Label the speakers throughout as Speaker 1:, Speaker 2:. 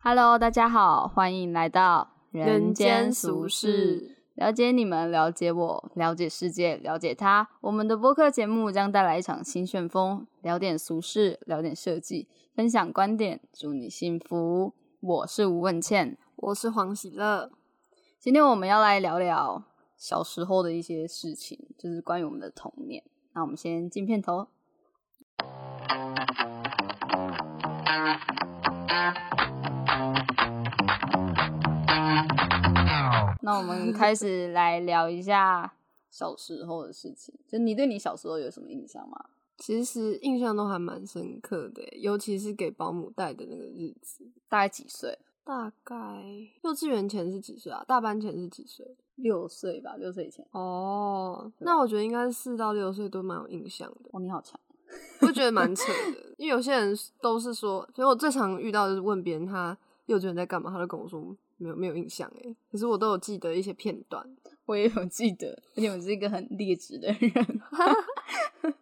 Speaker 1: Hello，大家好，欢迎来到事，，了解你们，了解我，了解世界，了解他。我们的播客节目将带来一场新旋风，聊点俗事，聊点设计，分享观点，祝你幸福。我是吴文倩，
Speaker 2: 我是黄喜乐。
Speaker 1: 今天我们要来聊聊小时候的一些事情，就是关于我们的童年。那我们先进片头。那我们开始来聊一下小时候的事情。就你对你小时候有什么印象吗？
Speaker 2: 其实印象都还蛮深刻的，欸尤其是给保姆带的那个日子。
Speaker 1: 大概几岁？
Speaker 2: 大概幼稚园前是几岁啊？大班前是几岁？
Speaker 1: 六岁吧，六岁以前。
Speaker 2: 哦，
Speaker 1: 啊
Speaker 2: 那我觉得应该是四到六岁都蛮有印象的，
Speaker 1: 哦，你好强！
Speaker 2: 我觉得蛮扯的。因为有些人都是说，所以我最常遇到就是问别人他幼稚园在干嘛，他就跟我说没有没有印象哎，可是我都有记得一些片段。
Speaker 1: 我也有记得，而且我是一个很劣质的人。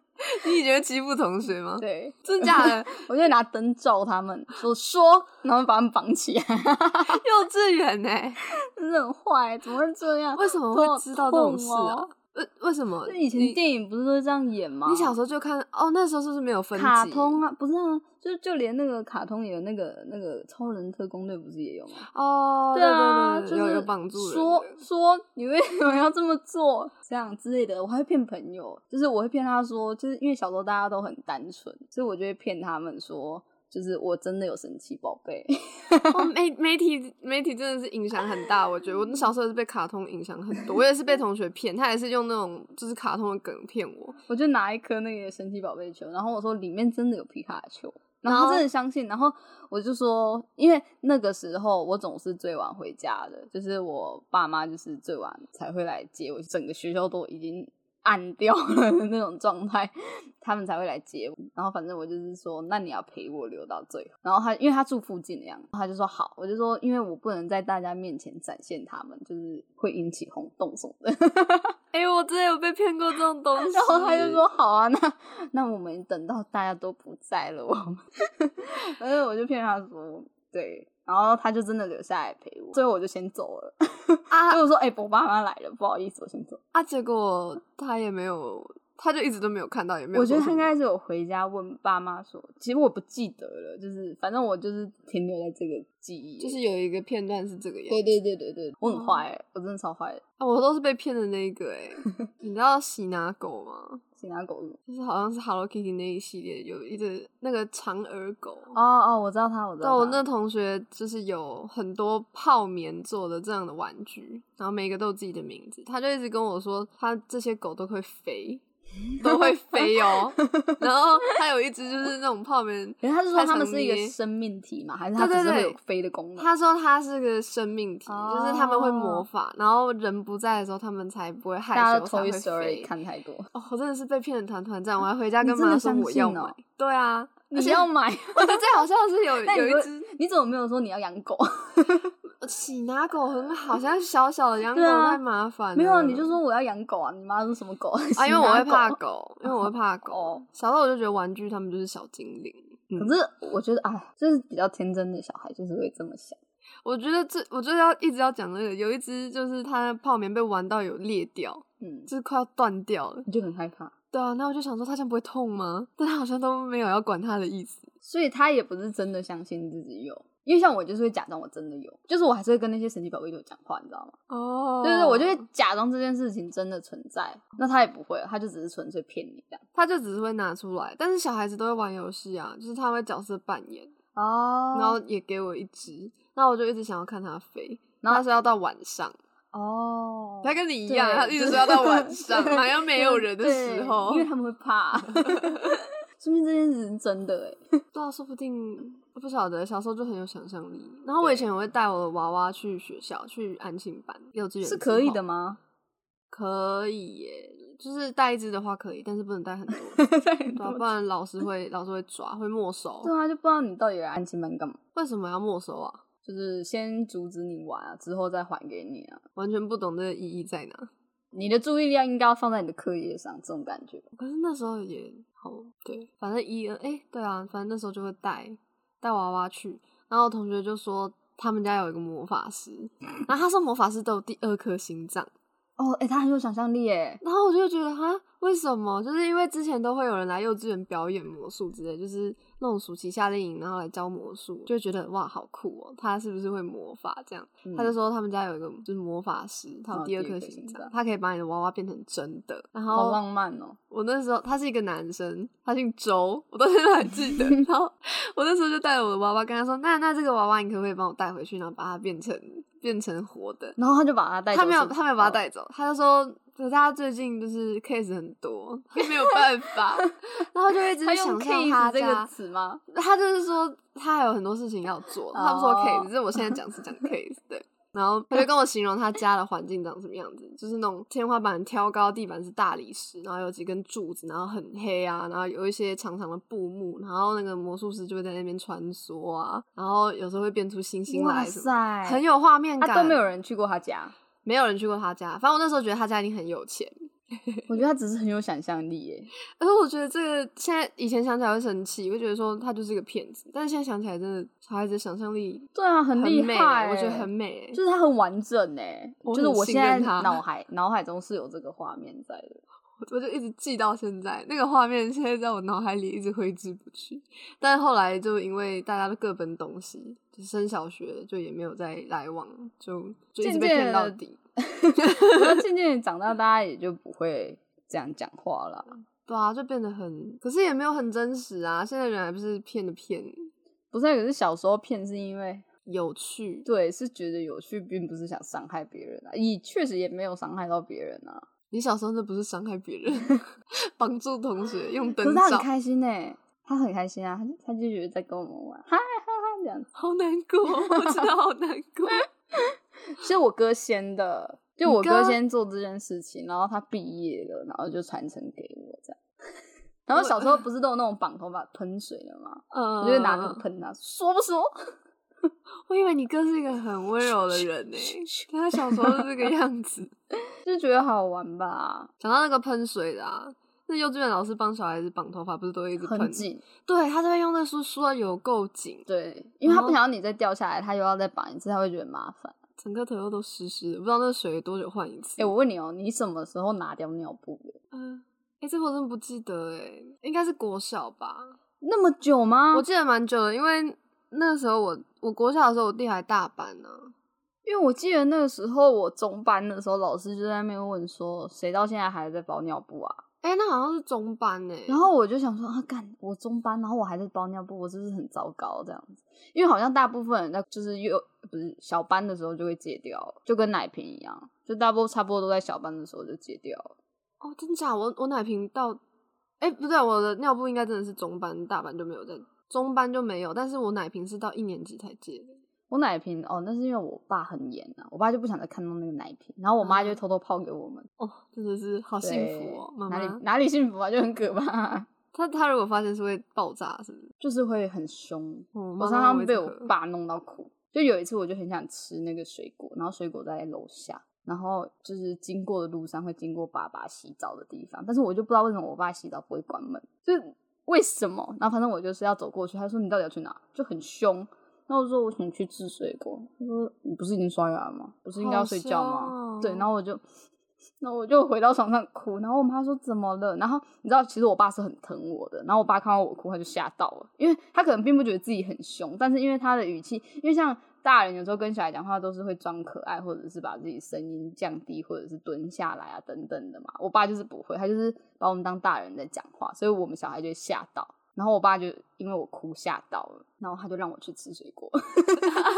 Speaker 2: 你以前会欺负同学吗？
Speaker 1: 对，
Speaker 2: 真假的？
Speaker 1: 我就拿灯照他们，说说，然后把他们绑起来，
Speaker 2: 幼稚园欸呢、
Speaker 1: 真的很坏，怎么会这样？
Speaker 2: 为什么会知道这种事啊
Speaker 1: 痛？
Speaker 2: 为为什么？
Speaker 1: 那以前
Speaker 2: 你
Speaker 1: 电影不是都这样演吗？
Speaker 2: 你小时候就看哦，那时候是不是没有分级？
Speaker 1: 卡通啊，不是啊，就就连那个卡通也有那个那个超人特工队不是也有吗？
Speaker 2: 哦，对
Speaker 1: 啊，
Speaker 2: 对
Speaker 1: 就
Speaker 2: 对有
Speaker 1: 是
Speaker 2: 有绑住人
Speaker 1: 说
Speaker 2: 的
Speaker 1: 说你为什么要这么做，这样之类的，我还会骗朋友，就是我会骗他说，就是因为小时候大家都很单纯，所以我就会骗他们说，就是我真的有神奇宝贝。
Speaker 2: 哦，媒 媒体媒体真的是影响很大，我觉得我小时候也是被卡通影响很多，我也是被同学骗，他也是用那种就是卡通的梗骗我，
Speaker 1: 我就拿一颗那个神奇宝贝球，然后我说里面真的有皮卡丘，然
Speaker 2: 然
Speaker 1: 后
Speaker 2: 后
Speaker 1: 他真的相信，然后我就说，因为那个时候我总是最晚回家的，就是我爸妈就是最晚才会来接我，整个学校都已经暗掉了的那种状态，他们才会来接我。然后反正我就是说，那你要陪我留到最后。然后他因为他住附近的样子，他就说好，我就说因为我不能在大家面前展现他们，就是会引起轰动什么的。
Speaker 2: 哎、我真的有被骗过这种东 西，
Speaker 1: 然后他就说：“好啊，那那我们等到大家都不在了，我们。” 反正我就骗他说：“对。”然后他就真的留下来陪我，最后我就先走了。所
Speaker 2: 啊
Speaker 1: 以我说：“哎、我爸妈来了，不好意思，我先走。
Speaker 2: 啊，结果他也没有，他就一直都没有看到，也”没有
Speaker 1: 我觉
Speaker 2: 说
Speaker 1: 得
Speaker 2: 什么，
Speaker 1: 他应该是有回家问爸妈说，其实我不记得了，就是反正我就是停留在这个记忆而已。
Speaker 2: 就是哦有一个片段是这个样子，
Speaker 1: 对对对对对，我很坏、欸我真的超坏的。
Speaker 2: 啊，我都是被骗的那一个哎、 你知道喜拿狗吗？
Speaker 1: 谁拿狗肉？
Speaker 2: 就是好像是 Hello Kitty 那一系列有一只那个嫦娥狗。
Speaker 1: 哦哦，我知道他，我知
Speaker 2: 但
Speaker 1: 道
Speaker 2: 我
Speaker 1: 他
Speaker 2: 那同学就是有很多泡棉做的这样的玩具，然后每个都有自己的名字。他就一直跟我说，他这些狗都 会飞，都会飞哦。然后他有一只就是那种泡棉，
Speaker 1: 可是他是说
Speaker 2: 太
Speaker 1: 他们
Speaker 2: 常
Speaker 1: 是一个
Speaker 2: 捏
Speaker 1: 生命体嘛，还是他只
Speaker 2: 对对
Speaker 1: 是会有
Speaker 2: 对
Speaker 1: 飞的功能？
Speaker 2: 他说他是个生命体，
Speaker 1: 哦
Speaker 2: 就是他们会魔法，然后人不在的时候他们才不会害
Speaker 1: 大家
Speaker 2: 羞，
Speaker 1: 都
Speaker 2: 才
Speaker 1: Toy
Speaker 2: 会
Speaker 1: Story
Speaker 2: 飞。
Speaker 1: 看太多，
Speaker 2: 哦，我真的是被骗的团团转，我还回家
Speaker 1: 你
Speaker 2: 跟
Speaker 1: 真的
Speaker 2: 妈说
Speaker 1: 相
Speaker 2: 我要
Speaker 1: 信
Speaker 2: 买。
Speaker 1: 哦
Speaker 2: 对啊， 而
Speaker 1: 你
Speaker 2: 且
Speaker 1: 要 买？
Speaker 2: 我觉得最好笑的是有
Speaker 1: 那你
Speaker 2: 有
Speaker 1: 不
Speaker 2: 一
Speaker 1: 会
Speaker 2: 只
Speaker 1: 你怎么没有说你要养 狗？
Speaker 2: 喜拿狗很好，像小小的养狗
Speaker 1: 对啊
Speaker 2: 太麻烦了、
Speaker 1: 没有啊，你就说我要养狗啊！你妈说什么狗？
Speaker 2: 嗯 啊，因为我会怕
Speaker 1: 狗。
Speaker 2: 狗，因为我会怕狗
Speaker 1: 哦。
Speaker 2: 小时候我就觉得玩具他们就是小精灵。
Speaker 1: 可是我觉得，哎，就是比较天真的小孩，就是会这么想。
Speaker 2: 我觉得这，我就要一直要讲这个。有一只就是它的泡棉被玩到有裂掉，
Speaker 1: 嗯，
Speaker 2: 就是快要断掉了。
Speaker 1: 你就很害怕，
Speaker 2: 对啊，那我就想说它这样不会痛吗？ 但它好像都没有要管它的意思。
Speaker 1: 所以他也不是真的相信自己有。因为像我就是会假装我真的有，就是我还是会跟那些神奇宝贝有讲话，你知道吗？
Speaker 2: 哦
Speaker 1: 就是我就会假装这件事情真的存在，那他也不会，他就只是纯粹骗你这样。
Speaker 2: 他就只是会拿出来，但是小孩子都会玩游戏啊，就是他会角色扮演，
Speaker 1: 哦
Speaker 2: 然后也给我一只，那我就一直想要看它飞，
Speaker 1: 然
Speaker 2: 然
Speaker 1: 后
Speaker 2: 后说要到晚上，
Speaker 1: 哦，
Speaker 2: 他跟你一样，啊
Speaker 1: 对
Speaker 2: 他一直
Speaker 1: 对
Speaker 2: 说要到 晚上，
Speaker 1: 对
Speaker 2: 好像没有人的时候
Speaker 1: 对因，为他们会 怕。说明这件事是真的哎、
Speaker 2: 对啊，说不定不晓得，小时候就很有想象力。然后我以前也会带我的娃娃去学校，去安庆班、幼稚园
Speaker 1: 是可以的
Speaker 2: 吗？
Speaker 1: 吗？
Speaker 2: 可以耶，就是带一只的话可以，但是不能带 很多， 对啊不
Speaker 1: 对
Speaker 2: 然老师会老师会抓，会没收。
Speaker 1: 啊，就不知道你到底来安亲班干嘛，
Speaker 2: 为什么要没收啊？
Speaker 1: 就是先阻止你玩啊，之后再还给你啊。
Speaker 2: 完全不懂这个意义在哪。
Speaker 1: 你的注意力应该要放在你的课业上，这种感觉。
Speaker 2: 可是那时候也好，对，反正一二哎，对啊，反正那时候就会带带娃娃去，然后我同学就说他们家有一个魔法师，然后他说魔法师都有第二颗心脏，
Speaker 1: 哦，哎、他很有想象力哎，
Speaker 2: 然后我就觉得哈，为什么？就是因为之前都会有人来幼稚园表演魔术之类，就是那种暑期夏令营，然后来教魔术，就会觉得哇，好酷哦、他是不是会魔法？这样，
Speaker 1: 嗯
Speaker 2: 他就说他们家有一个就是魔法师，他有
Speaker 1: 哦
Speaker 2: 第二
Speaker 1: 第二
Speaker 2: 颗
Speaker 1: 颗
Speaker 2: 心
Speaker 1: 心
Speaker 2: 脏
Speaker 1: 脏，
Speaker 2: 他可以把你的娃娃变成真的。然
Speaker 1: 好
Speaker 2: 后
Speaker 1: 浪漫哦。
Speaker 2: 我那时候他是一个男生，他姓周，我到现在还 记得。然后我那时候就带了我的娃娃，跟他说：“那那这个娃娃，你可不可以帮我带回去，然后把它变成变成活的？”
Speaker 1: 然后他就把他带走，哦
Speaker 2: 他没有，
Speaker 1: 是不是
Speaker 2: 他没有把他，带走，他就说，可是他最近就是 case 很多，他没有办 法，然后就一直
Speaker 1: 他
Speaker 2: 去
Speaker 1: 用
Speaker 2: 想象他
Speaker 1: case 这个
Speaker 2: 家，
Speaker 1: 词吗？
Speaker 2: 他就是说他还有很多事情要做，他不说
Speaker 1: 哦
Speaker 2: case，只是我现在讲是讲 case，对。然后他就跟我形容他家的环境长什么样子，就是那种天花板挑高，地板是大理石，然后有几根柱子，然后很黑啊，然后有一些长长的布幕，然后那个魔术师就会在那边穿梭啊，然后有时候会变出星星
Speaker 1: 哇
Speaker 2: 来什么
Speaker 1: 塞，
Speaker 2: 的，很有画面感。
Speaker 1: 他都没有人去过他家，
Speaker 2: 没有人去过他家。反正我那时候觉得他家一定很有钱，
Speaker 1: 我觉得他只是很有想象力欸耶。
Speaker 2: 而且我觉得这个现在以前想起来会生气，会觉得说他就是个骗子。但是现在想起来，真的小孩子想象力
Speaker 1: 对啊，很厉
Speaker 2: 美
Speaker 1: 害耶，欸
Speaker 2: 我觉得很美。
Speaker 1: 就是他很完整哎，
Speaker 2: 我
Speaker 1: 就是
Speaker 2: 很
Speaker 1: 我
Speaker 2: 信
Speaker 1: 现在
Speaker 2: 任他
Speaker 1: 脑 海脑海中是有这个画面在的。
Speaker 2: 我就一直记到现在，那个画面现在在我脑海里一直挥之不去。但后来就因为大家都各奔东西，就升小学就也没有再来往，就就一直被
Speaker 1: 渐渐
Speaker 2: 骗到
Speaker 1: 地
Speaker 2: 底。
Speaker 1: 然后渐渐地长大，大家也就不会这样讲话了。
Speaker 2: 对啊，就变得很，可是也没有很真实啊。现在人还不是骗的骗，
Speaker 1: 不是啊，可是小时候骗是因为
Speaker 2: 有趣。
Speaker 1: 对是觉得有趣，并不是想伤害别人啊，也确实也没有伤害到别人啊。
Speaker 2: 你小时候那不是伤害别人， 帮助同学用
Speaker 1: 可
Speaker 2: 灯
Speaker 1: 是他很
Speaker 2: 罩，
Speaker 1: 开心呢、他很开心啊，他就他就觉得在跟我们玩，哈哈哈这样子。
Speaker 2: 好难过，我真的好难 过。
Speaker 1: 是我哥先的，就
Speaker 2: 你
Speaker 1: 我
Speaker 2: 哥
Speaker 1: 哥先做这件事情，然后他毕业了，然后就传承给我这样。然后小时候不是都有那种绑头发喷水的吗？
Speaker 2: 嗯，
Speaker 1: 我就会拿那个喷他，说不说？
Speaker 2: 我以为你哥是一个很温柔的人呢、可他小时候是这个样子。
Speaker 1: 就觉得好玩吧，
Speaker 2: 讲到那个喷水的啊，那幼稚园老师帮小孩子绑头发，不是都会一直
Speaker 1: 很
Speaker 2: 喷？
Speaker 1: 紧。
Speaker 2: 对，他都会用那梳梳的有够紧，
Speaker 1: 对，因为他不
Speaker 2: 然
Speaker 1: 想要你再掉下来，他又要再绑一次，他会觉得麻烦。
Speaker 2: 整个头发都湿湿的，不知道那水多久换一次。
Speaker 1: 哎、我问你哦、你什么时候拿掉尿布的？
Speaker 2: 嗯，哎、这个我真的不记得哎、应该是国小吧。
Speaker 1: 那么久吗？
Speaker 2: 我记得蛮久的，因为那时候我我国小的时候，我弟还大班呢、
Speaker 1: 因为我记得那个时候我中班的时候，老师就在那边问说，谁到现在还在包尿布啊？
Speaker 2: 哎、那好像是中班呢、
Speaker 1: 然后我就想说啊，干，我中班，然后我还在包尿布，我是不是很糟糕这样子？因为好像大部分人在就是又不是小班的时候就会戒掉了，就跟奶瓶一样，就大部差不多都在小班的时候就戒掉了。
Speaker 2: 哦，真假？我我奶瓶到，哎、不对，我的尿布应该真的是中班，大班就没有在，中班就没有，但是我奶瓶是到一年级才戒的。
Speaker 1: 我奶瓶哦，那是因为我爸很严啊，我爸就不想再看到那个奶瓶，然后我妈就会
Speaker 2: 嗯
Speaker 1: 偷偷泡给我们，
Speaker 2: 哦，真的是好幸福哦，
Speaker 1: 对
Speaker 2: 妈
Speaker 1: 哪里
Speaker 2: 妈。
Speaker 1: 哪里幸福啊，就很可怕 啊、
Speaker 2: 他他如果发现是会爆炸，是不是？
Speaker 1: 就是会很凶。
Speaker 2: 哦，
Speaker 1: 我
Speaker 2: 妈
Speaker 1: 常
Speaker 2: 妈
Speaker 1: 常
Speaker 2: 会
Speaker 1: 被
Speaker 2: 这
Speaker 1: 我
Speaker 2: 个
Speaker 1: 爸弄到哭。就有一次，我就很想吃那个水果，然后水果在楼下，然后就是经过的路上会经过爸爸洗澡的地方，但是我就不知道为什么我爸洗澡不会关门，就是为什么？然后反正我就是要走过去，他说你到底要去哪？就很凶。然后我说我想去吃水果，他说你不是已经刷牙了吗？不是应该要睡觉吗？
Speaker 2: 好
Speaker 1: 对，
Speaker 2: 香哦
Speaker 1: 然后我就，然后我就回到床上哭，然后我妈说怎么了？然后你知道，其实我爸是很疼我的，然后我爸看到我哭，他就吓到了，因为他可能并不觉得自己很凶，但是因为他的语气，因为像大人有时候跟小孩讲话都是会装可爱，或者是把自己声音降低，或者是蹲下来啊等等的嘛，我爸就是不会，他就是把我们当大人在讲话，所以我们小孩就会吓到。然后我爸就因为我哭吓到了，然后他就让我去吃水果。
Speaker 2: 啊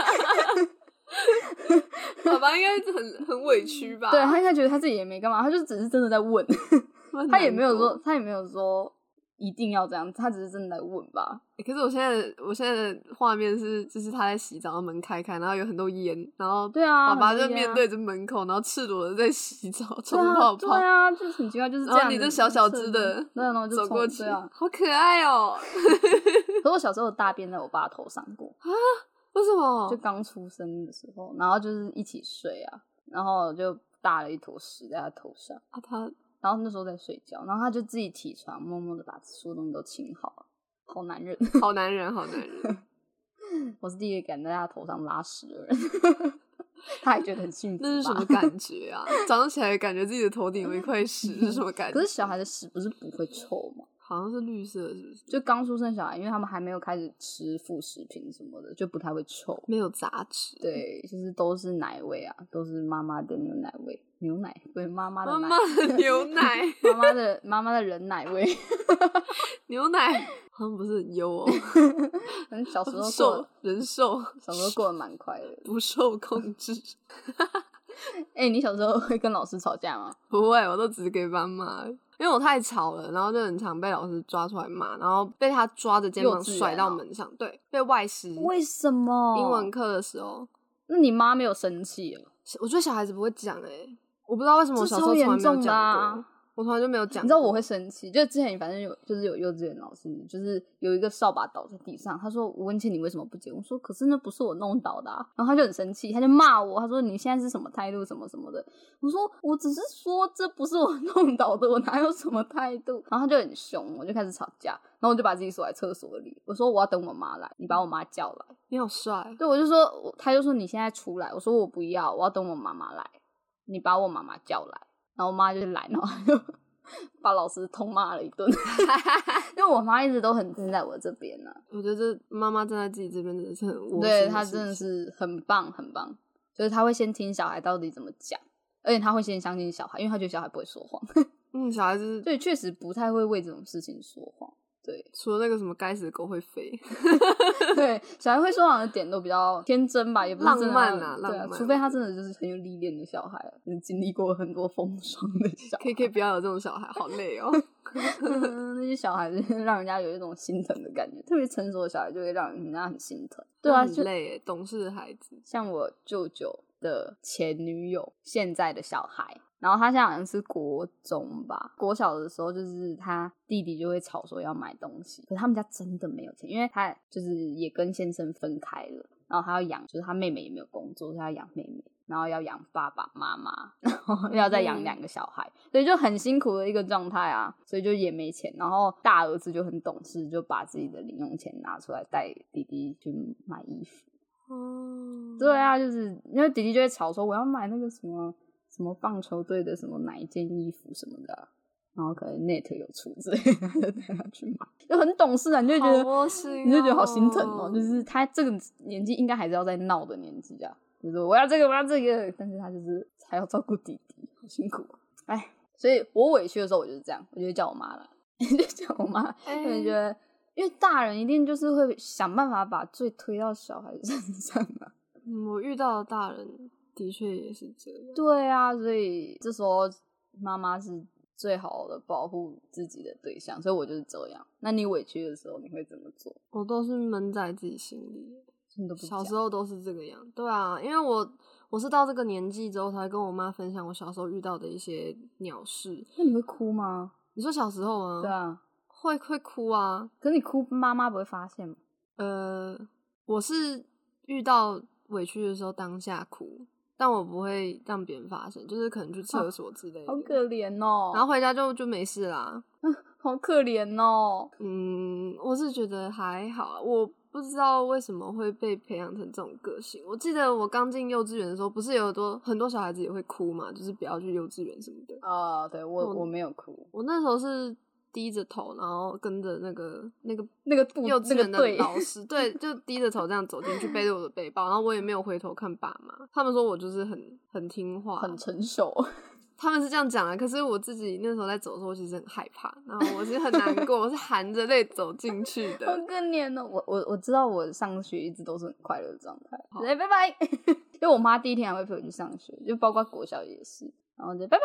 Speaker 2: 爸爸应该很很委屈吧？
Speaker 1: 对他应该觉得他自己也没干嘛，他就只是真的在 问。
Speaker 2: 很
Speaker 1: 他也没有
Speaker 2: 难过
Speaker 1: 说，他也没有说一定要这样，他只是真的来问 吧。
Speaker 2: 欸可是我现在，我现在的画面是，就是他在洗澡，然后门开开，然后有很多烟，然后
Speaker 1: 对啊
Speaker 2: 爸爸
Speaker 1: 很多
Speaker 2: 就
Speaker 1: 烟啊
Speaker 2: 面对着门口，然后赤裸的在洗澡，
Speaker 1: 对
Speaker 2: 冲
Speaker 1: 啊，
Speaker 2: 泡泡，
Speaker 1: 对啊，就是很奇怪，就是这
Speaker 2: 然
Speaker 1: 样
Speaker 2: 后
Speaker 1: 子。
Speaker 2: 你这小小只的
Speaker 1: 对，啊然后就
Speaker 2: 走
Speaker 1: 冲
Speaker 2: 过去
Speaker 1: 对啊，
Speaker 2: 好可爱哦、
Speaker 1: 可是我小时候的大便在我爸头上过，
Speaker 2: 为什么
Speaker 1: 就？刚出生的时候，然后就是一起睡啊，然后就大了一坨屎在他头上，
Speaker 2: 啊，他
Speaker 1: 然后那时候在睡觉，然后他就自己起床，默默的把所有东西都清好了，好男人。
Speaker 2: 好男人，好男人。
Speaker 1: 我是第一个敢在他头上拉屎的人， 他还觉得很幸福。
Speaker 2: 那是什么？感觉啊？早上起来感觉自己的头顶有一块屎是什么感觉
Speaker 1: 可是？小孩的屎不是不会臭吗？
Speaker 2: 好像是绿色，是不是？
Speaker 1: 就刚出生小孩，因为他们还没有开始吃副食品什么的，就不太会臭。
Speaker 2: 没有杂质。，
Speaker 1: 对，就是都是奶味啊，都是妈妈的牛奶味，牛奶对妈妈的奶
Speaker 2: 妈妈的 牛奶，
Speaker 1: 妈妈的妈妈的人奶味。
Speaker 2: 牛奶好像不是很 优哦，
Speaker 1: 嗯，小时候过
Speaker 2: 受
Speaker 1: 得
Speaker 2: 人受
Speaker 1: 小时候过得蛮快的。
Speaker 2: 不受控制。
Speaker 1: 哎、你小时候会跟老师吵架吗？
Speaker 2: 不会，我都只是给爸妈而已，因为我太吵了，然后就很常被老师抓出来骂，然后被他抓着肩
Speaker 1: 幼
Speaker 2: 膀
Speaker 1: 稚
Speaker 2: 甩
Speaker 1: 园
Speaker 2: 到
Speaker 1: 哦
Speaker 2: 门上，对，被外师
Speaker 1: 为什么？
Speaker 2: 英文？课的时候，
Speaker 1: 那你妈没有生气哦？
Speaker 2: 小我觉得小孩子不会讲哎、我不知道为什么我
Speaker 1: 这
Speaker 2: 小时候
Speaker 1: 超
Speaker 2: 从来
Speaker 1: 严
Speaker 2: 没有
Speaker 1: 重的、
Speaker 2: 讲
Speaker 1: 啊
Speaker 2: 过。，我从来就没有讲过。
Speaker 1: 你知道我会生气，就之前反正有就是有幼稚园老师，就是有一个扫把倒在地上，他说吴文倩你为什么不接？我说可是那不是我弄倒的、啊，然后他就很生气，他就骂我，他说你现在是什么态度什么什么的。我说我只是说这不是我 弄倒的，我哪有什么态度？然后他就很凶，我就开始吵架，然后我就把自己锁在厕所里，我说我要等我妈来，你把我妈叫来。
Speaker 2: 你好帅，
Speaker 1: 对，我就说，我他就说你现在出来，我说我不要，我要等我妈妈来，你把我妈妈叫来，然后我妈就来，然后就 把老师痛骂了一顿， 因为我妈一直都很站在我这边呢、
Speaker 2: 我觉得这妈妈站在自己这边真的是很窝心
Speaker 1: 对
Speaker 2: 事
Speaker 1: 她真的
Speaker 2: 情
Speaker 1: 是很棒很棒，就是她会先听小孩到底怎么讲，而且她会先相信小孩，因为她觉得小孩不会说谎，
Speaker 2: 嗯，小孩子
Speaker 1: 所以确实不太会为这种事情说谎。对
Speaker 2: 除了那个什么该死的狗会飞，
Speaker 1: 对，小孩会说谎的点都比较天真吧，也不是
Speaker 2: 浪
Speaker 1: 真的
Speaker 2: 漫
Speaker 1: 那
Speaker 2: 啊
Speaker 1: 种
Speaker 2: 浪
Speaker 1: 对啊，
Speaker 2: 漫
Speaker 1: 除非他真的就是很有历练的小孩啊，就是经历过很多风霜的小孩。
Speaker 2: 可以可以不要有这种小孩，好累哦。
Speaker 1: 嗯那些小孩子让人家有一种心疼的感觉，特别成熟的小孩就会让人家很心疼。 对啊，
Speaker 2: 很
Speaker 1: 就
Speaker 2: 累耶，懂事的孩子。
Speaker 1: 像我舅舅的前女友现在的小孩，然后他现在好像是国中吧，国小的时候就是他弟弟就会吵说要买东西，可是他们家真的没有钱，因为他就是也跟先生分开了，然后他要养，就是他妹妹也没有工作，所以他要养妹妹。然后要养爸爸妈妈，然后要再养两个小孩，所以就很辛苦的一个状态啊，所以就也没钱。然后大儿子就很懂事，就把自己的零用钱拿出来带弟弟去买衣服，
Speaker 2: 哦，
Speaker 1: 对，啊，就是因为弟弟就会吵说我要买那个什么什么棒球队的什么哪一件衣服什么的啊，然后可能 Net 有出之类的， 他就带他去买，就很懂事啊，你就觉
Speaker 2: 好
Speaker 1: 得、
Speaker 2: 窝心哦
Speaker 1: 你就觉得好心疼哦，就是他这个年纪应该还是要在闹的年纪啊，就是我要这个我要这个，但是他就是还要照顾弟弟，好辛苦、啊，哎，所以我委屈的时候我就是这样，我就会叫我妈来， 就叫我妈来
Speaker 2: 哎
Speaker 1: 因为觉得，因为大人一定就是会想办法把罪推到小孩身上啊。
Speaker 2: 嗯我遇到的大人的确也是这样。
Speaker 1: 对啊，所以这时候妈妈是最好的保护自己的对象，所以我就是这样。那你委屈的时候，你会怎么做？
Speaker 2: 我都是闷在自己心里，
Speaker 1: 你都不
Speaker 2: 小
Speaker 1: 讲
Speaker 2: 时候都是这个样。对啊，因为我我是到这个年纪之后才跟我妈分享我小时候遇到的一些鸟事。
Speaker 1: 那你会哭吗？
Speaker 2: 你说小时候吗？
Speaker 1: 对，啊，
Speaker 2: 会会哭啊。
Speaker 1: 可是你哭，妈妈不会发现吗？
Speaker 2: 呃，我是遇到委屈的时候当下哭，但我不会让别人发现，就是可能去厕所之类的。
Speaker 1: 哦好可怜哦，
Speaker 2: 然后回家就就没事啦。
Speaker 1: 好可怜哦。
Speaker 2: 嗯，我是觉得还好啊，我不知道为什么会被培养成这种个性。我记得我刚进幼稚园的时候，不是有很多很多小孩子也会哭嘛，就是不要去幼稚园什么的。
Speaker 1: 啊、对我
Speaker 2: 呃我
Speaker 1: 我没有哭，
Speaker 2: 我那时候是低着头，然后跟着那个那个
Speaker 1: 那个部
Speaker 2: 幼稚
Speaker 1: 那个
Speaker 2: 园的
Speaker 1: 队
Speaker 2: 老师，对，就低着头这样走进去，背着我的背包，然后我也没有回头看爸妈。他们说我就是很很听话，
Speaker 1: 很成熟，
Speaker 2: 他们是这样讲啊，可是我自己那时候在走的时候，我其实很害怕，然后我是很难过，我是含着泪走进去
Speaker 1: 好
Speaker 2: 的。
Speaker 1: 可怜哦。我我我知道，我上学一直都是很快乐的状态。
Speaker 2: 好
Speaker 1: 哎，拜 拜。因为我妈第一天还会陪我去上学，就包括国小也是，然后就拜拜。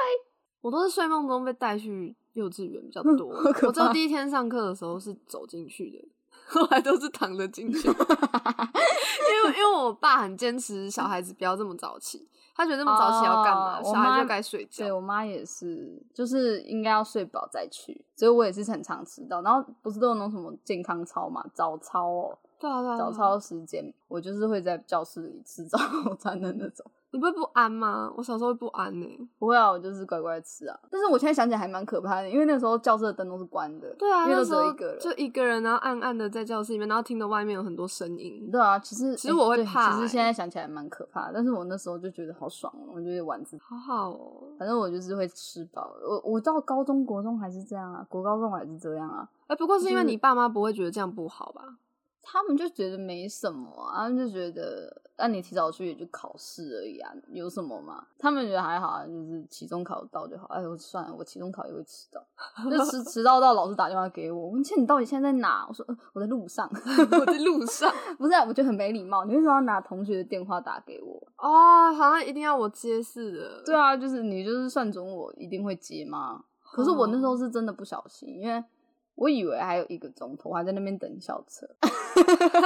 Speaker 2: 我都是睡梦中被带去幼稚园比较多，
Speaker 1: 嗯好可怕
Speaker 2: 我只有第一天上课的时候是走进去的，后来都是躺着 进去，因为因为我爸很坚持小孩子不要这么早起，他觉得这么早起要干嘛？
Speaker 1: 哦
Speaker 2: 小
Speaker 1: 我妈
Speaker 2: 孩就该睡
Speaker 1: 对
Speaker 2: 觉。
Speaker 1: 我妈也是，就是应该要睡饱再去，所以我也是很常迟到。然后不是都有那种什么健康操嘛，早操哦，
Speaker 2: 对啊对啊，
Speaker 1: 早
Speaker 2: 对啊
Speaker 1: 操时间，我就是会在教室里吃早餐的那种。
Speaker 2: 你不会不安吗？我小时候会不安呢、
Speaker 1: 不会啊，我就是乖乖吃啊。但是我现在想起来还蛮可怕的，因为那时候教室的灯都是关的，
Speaker 2: 对啊，
Speaker 1: 因为
Speaker 2: 那
Speaker 1: 都
Speaker 2: 时
Speaker 1: 只有
Speaker 2: 候
Speaker 1: 一个人。
Speaker 2: 就一个人，然后暗暗的在教室里面，然后听到外面有很多声音。
Speaker 1: 对啊，其实
Speaker 2: 其实我会
Speaker 1: 哎对
Speaker 2: 怕
Speaker 1: 其
Speaker 2: 哎
Speaker 1: 实现在想起来蛮可怕的，但是我那时候就觉得好爽哦，我就得晚自习，
Speaker 2: 好好哦，
Speaker 1: 反正我就是会吃饱。我我到高中、国中还是这样啊，国高中还是这样啊。
Speaker 2: 哎、不过是因为
Speaker 1: 就是
Speaker 2: 你爸妈不会觉得这样不好吧？
Speaker 1: 他们就觉得没什么啊，他们就觉得，那、你提早去也就考试而已啊，有什么嘛？他们觉得还好啊，就是期中考到就好。哎，我算了，我期中考也会迟到，就迟迟到到老师打电话给我，问倩你到底现在在哪？我说、呃、我在路上，
Speaker 2: 我在路上
Speaker 1: 不是、啊，我觉得很没礼貌，你为什么要拿同学的电话打给我？
Speaker 2: 哦，好像一定要我接似的。
Speaker 1: 对啊，就是你就是算准我一定会接吗？可是我那时候是真的不小心，因为我以为还有一个钟头，我还在那边等校车。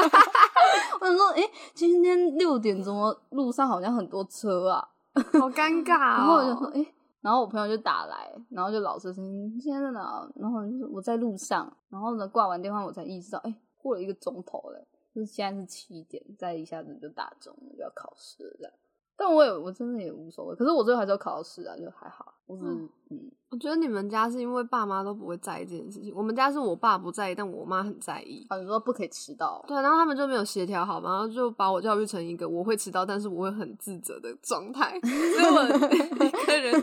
Speaker 1: 我想说，诶、今天六点怎么路上好像很多车啊？
Speaker 2: 好尴 尬、哦。
Speaker 1: 然后我就说，诶、然后我朋友就打来，然后就老师声音，你现在在哪？啊然后我就说我在路上。然后呢，挂完电话我才意识到，诶、过了一个钟头了，就是现在是七点，再一下子就打钟了，就要考试了这样。但我也我真的也无所谓，可是我最后还是要考到试啊，就还好。我只是
Speaker 2: 嗯
Speaker 1: 嗯，
Speaker 2: 我觉得你们家是因为爸妈都不会在意这件事情，我们家是我爸不在意，但我妈很在意。
Speaker 1: 啊，你说不可以迟到，
Speaker 2: 对，然后他们就没有协调好嘛，然后就把我教育成一个我会迟到，但是我会很自责的状态，所以我一 个人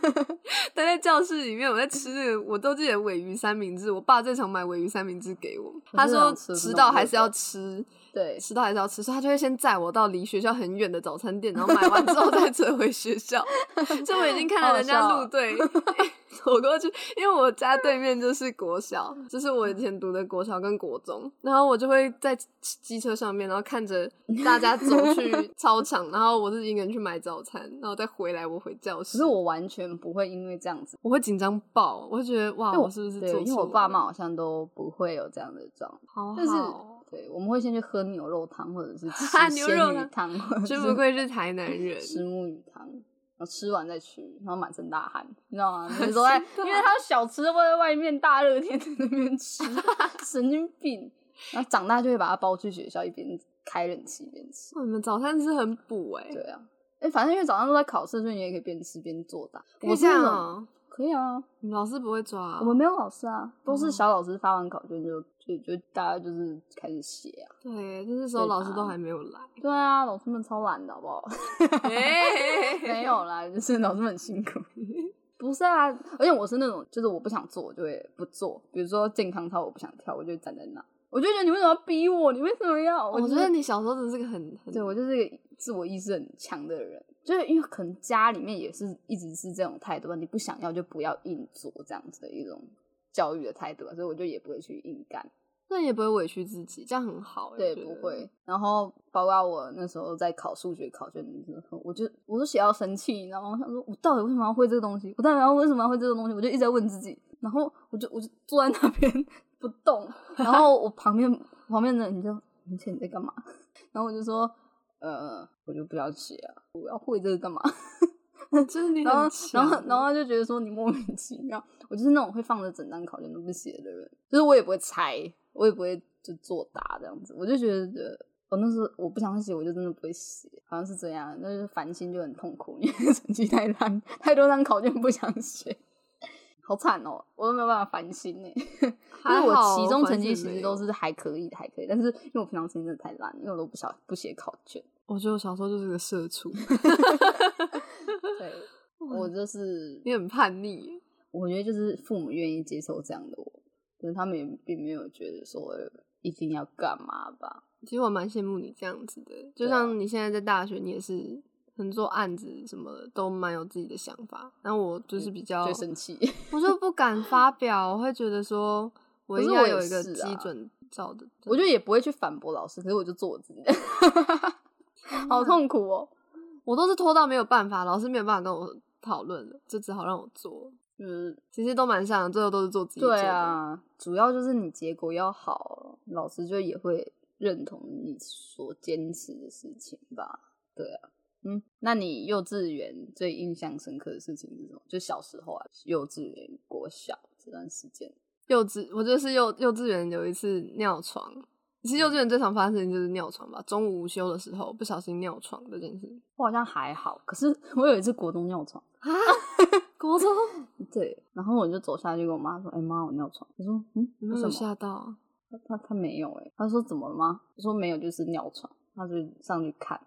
Speaker 2: 待在教室里面，我在吃那个，我都记得尾鱼三明治，我爸最常买尾鱼三明治给我，
Speaker 1: 我
Speaker 2: 他
Speaker 1: 真的
Speaker 2: 说
Speaker 1: 想吃
Speaker 2: 迟
Speaker 1: 那
Speaker 2: 到
Speaker 1: 种
Speaker 2: 还
Speaker 1: 热
Speaker 2: 是要
Speaker 1: 狗
Speaker 2: 吃，
Speaker 1: 对，
Speaker 2: 迟到还是要吃，所以他就会先载我到离学校很远的早餐店，然后买完之后 再折回学校。所以我已经看到人家
Speaker 1: 哦
Speaker 2: 路 队走过去，因为我家对面就是国小，就是我以前读的国小跟国中，然后我就会在机车上面，然后看着大家走 去操场，然后我自己一个人去买早餐，然后再回来我回教室。
Speaker 1: 可是我完全不会因为这样子，
Speaker 2: 我会紧张爆，我会觉得哇，
Speaker 1: 因为
Speaker 2: 我哦是不是
Speaker 1: 对
Speaker 2: 做，
Speaker 1: 因为我
Speaker 2: 错
Speaker 1: 爸
Speaker 2: 了
Speaker 1: 妈，好像都不会有这样的状况，
Speaker 2: 好好
Speaker 1: 就是
Speaker 2: 哦
Speaker 1: 对，我们会先去喝牛肉汤或者 是吃
Speaker 2: 哈牛肉
Speaker 1: 鲜鱼
Speaker 2: 汤
Speaker 1: 汤，或者
Speaker 2: 真不愧是台南人
Speaker 1: 吃木鱼汤。然后吃完再去，然后满身大汗，你知道 吗？你都在，因为他小吃都会在外面大热天在那边吃，神经病。然后长大就会把它包去学校，一边开冷气一边吃。
Speaker 2: 哇你们早餐吃很补哎、
Speaker 1: 对啊，哎，反正因为早上都在考试，所以你也可以边吃边作答。
Speaker 2: 可以
Speaker 1: 我是
Speaker 2: 这
Speaker 1: 那
Speaker 2: 样
Speaker 1: 种
Speaker 2: 哦、
Speaker 1: 可以啊，
Speaker 2: 你们老师不会抓啊、
Speaker 1: 我们没有老师啊，都
Speaker 2: 哦
Speaker 1: 是小老师发完考卷就就就大家就是开始写啊。
Speaker 2: 对，就是时候老师
Speaker 1: 对吧
Speaker 2: 都还没有 来。
Speaker 1: 对啊，老师们超懒的好不好？没有啦，就是 老师们很辛苦。不是啊，而且我是那种，就是我不想做，我就会不做。比如说健康操，我不想跳，我就站在那，我就觉得你为什么要逼我？你为什么要？
Speaker 2: 我
Speaker 1: 就是
Speaker 2: 觉得哦你小时候真的是个很很
Speaker 1: 对我就是一个自我意识很强的人，就是因为可能家里面也是一直是这种态度吧，啊你不想要就不要硬做这样子的一种教育的态度吧，啊所以我就也不会去硬干。
Speaker 2: 那也不会委屈自己，这样很好、欸。
Speaker 1: 对，
Speaker 2: 我觉
Speaker 1: 不
Speaker 2: 得
Speaker 1: 会。。然后包括我那时候在考数学考卷的时候，我就我都写到生气，你知道吗？我想说，我到底为什么要会这个东西？我到底要为什么要会这个东西？我就一直在问自己，然后我就我就坐在那边 不动，然后我旁边旁边的人就你现你在干嘛？ 然后我就说，呃，我就不要写啊，我要会这个干嘛？
Speaker 2: 就是你
Speaker 1: 然后
Speaker 2: 很
Speaker 1: 然后
Speaker 2: 强
Speaker 1: 然后他就觉得说你莫名其妙，我就是那种会放着整张考卷都不写的人，就是我也不会猜，我也不会就作答这样子，我就觉得。我那时候我不想写，我就真的不会写，好像是这样。但是烦心就很痛苦，因为 成绩太烂，太多张考卷不想写，好惨哦！我都没有办法烦心呢。 因
Speaker 2: 还
Speaker 1: 为
Speaker 2: 好
Speaker 1: 我期中成绩
Speaker 2: 环
Speaker 1: 其
Speaker 2: 境没
Speaker 1: 实
Speaker 2: 有
Speaker 1: 都是还可以的，还可以。但是因为我平常时间真的太烂，因为我都不想不写考卷。
Speaker 2: 我觉得我小时候就是个社畜，
Speaker 1: 对，我就是
Speaker 2: 你很叛逆欸耶。
Speaker 1: 我觉得就是父母愿意接受这样的我，就是他们也并没有觉得说一定要干嘛吧。
Speaker 2: 其实我蛮羡慕你这样子的，就
Speaker 1: 对啊
Speaker 2: 像你现在在大学，你也是很做案子什么的，都蛮有自己的想法。然后我就是比较
Speaker 1: 嗯最生气，
Speaker 2: 我就不敢发表，我会觉得说，我
Speaker 1: 可是
Speaker 2: 应
Speaker 1: 我
Speaker 2: 该
Speaker 1: 也
Speaker 2: 有一个
Speaker 1: 是
Speaker 2: 基
Speaker 1: 啊
Speaker 2: 准照的。
Speaker 1: 我觉得也不会去反驳老师，可是我就做我自己的， 好
Speaker 2: 哪
Speaker 1: 痛苦哦。
Speaker 2: 我都是拖到没有办法，老师没有办法跟我讨论了，就只好让我做。
Speaker 1: 就是
Speaker 2: 其实都蛮像的，最后都是做自己做的
Speaker 1: 对，啊，主要就是你结果要好，老师就也会认同你所坚持的事情吧。对啊，嗯，那你幼稚园最印象深刻的事情是什么？就小时候啊，幼稚园、国小这段时间。
Speaker 2: 幼稚，我就是幼幼稚园有一次尿床，其实幼稚园最常发生的事情就是尿床吧，中午午休的时候不小心尿床这件事
Speaker 1: 我好像还好，可是 我有一次国中尿床，
Speaker 2: 啊，国中
Speaker 1: 对，然后我就走下去跟我妈说：“哎、妈，我尿床。”我说：“嗯，
Speaker 2: 有没
Speaker 1: 为什
Speaker 2: 有
Speaker 1: 么？”
Speaker 2: 吓到？啊
Speaker 1: 他他他没有哎、欸，他说怎么了吗？我说没有，就是尿床。他就上去看，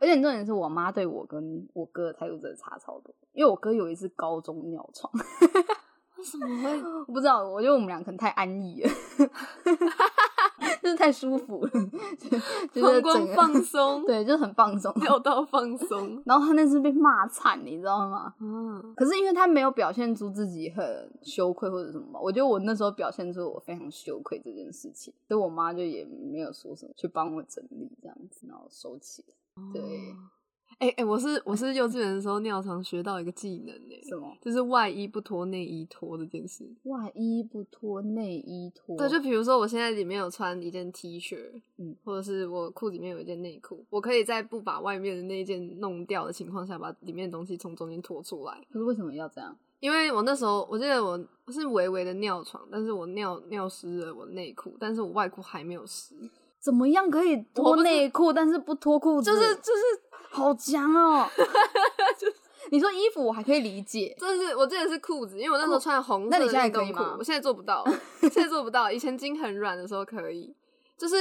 Speaker 1: 而且重点是我妈对我跟我哥的态度真的差超多，因为我哥有一次高中尿床，
Speaker 2: 为什么 会？
Speaker 1: 我不知道，我觉得我们俩可能太安逸了， 就是太舒服了， 就就是整
Speaker 2: 膀胱
Speaker 1: 个
Speaker 2: 放松，
Speaker 1: 对，就是很放松。
Speaker 2: 尿道放松。
Speaker 1: 然后他那次被骂惨，你知道吗？
Speaker 2: 嗯，
Speaker 1: 可是因为他没有表现出自己很羞愧或者什么吧，我觉得我那时候表现出我非常羞愧这件事情，所以我妈就也没有说什么，去帮我整理这样子，然后收起来。
Speaker 2: 哦
Speaker 1: 对，
Speaker 2: 哎、哎、我是我是幼稚园的时候尿床学到一个技能哎、
Speaker 1: 什么
Speaker 2: 就是外衣不脱内衣脱这件事。
Speaker 1: 外衣不脱，内衣脱，
Speaker 2: 对，就比如说我现在里面有穿一件 T 恤，
Speaker 1: 嗯
Speaker 2: 嗯，或者是我裤子里面有一件内裤，我可以在不把外面的那一件弄掉的情况下，把里面的东西从中间拖出来。
Speaker 1: 可是为什么要这样？
Speaker 2: 因为我那时候我记得我是微微的尿床，但是我尿尿湿了我内裤，但是我外裤还没有湿，
Speaker 1: 怎么样可以脱内裤，但是不脱裤子？
Speaker 2: 就是就是
Speaker 1: 好强 哦！你说衣服我还可以理解，
Speaker 2: 真的是我记得是裤子，因为我那时候穿红
Speaker 1: 那
Speaker 2: 色
Speaker 1: 你
Speaker 2: 的
Speaker 1: 现在
Speaker 2: 运动
Speaker 1: 可以
Speaker 2: 裤
Speaker 1: 吗，
Speaker 2: 我现在做 不到，现在做不到，以前筋很软的时候可以，就是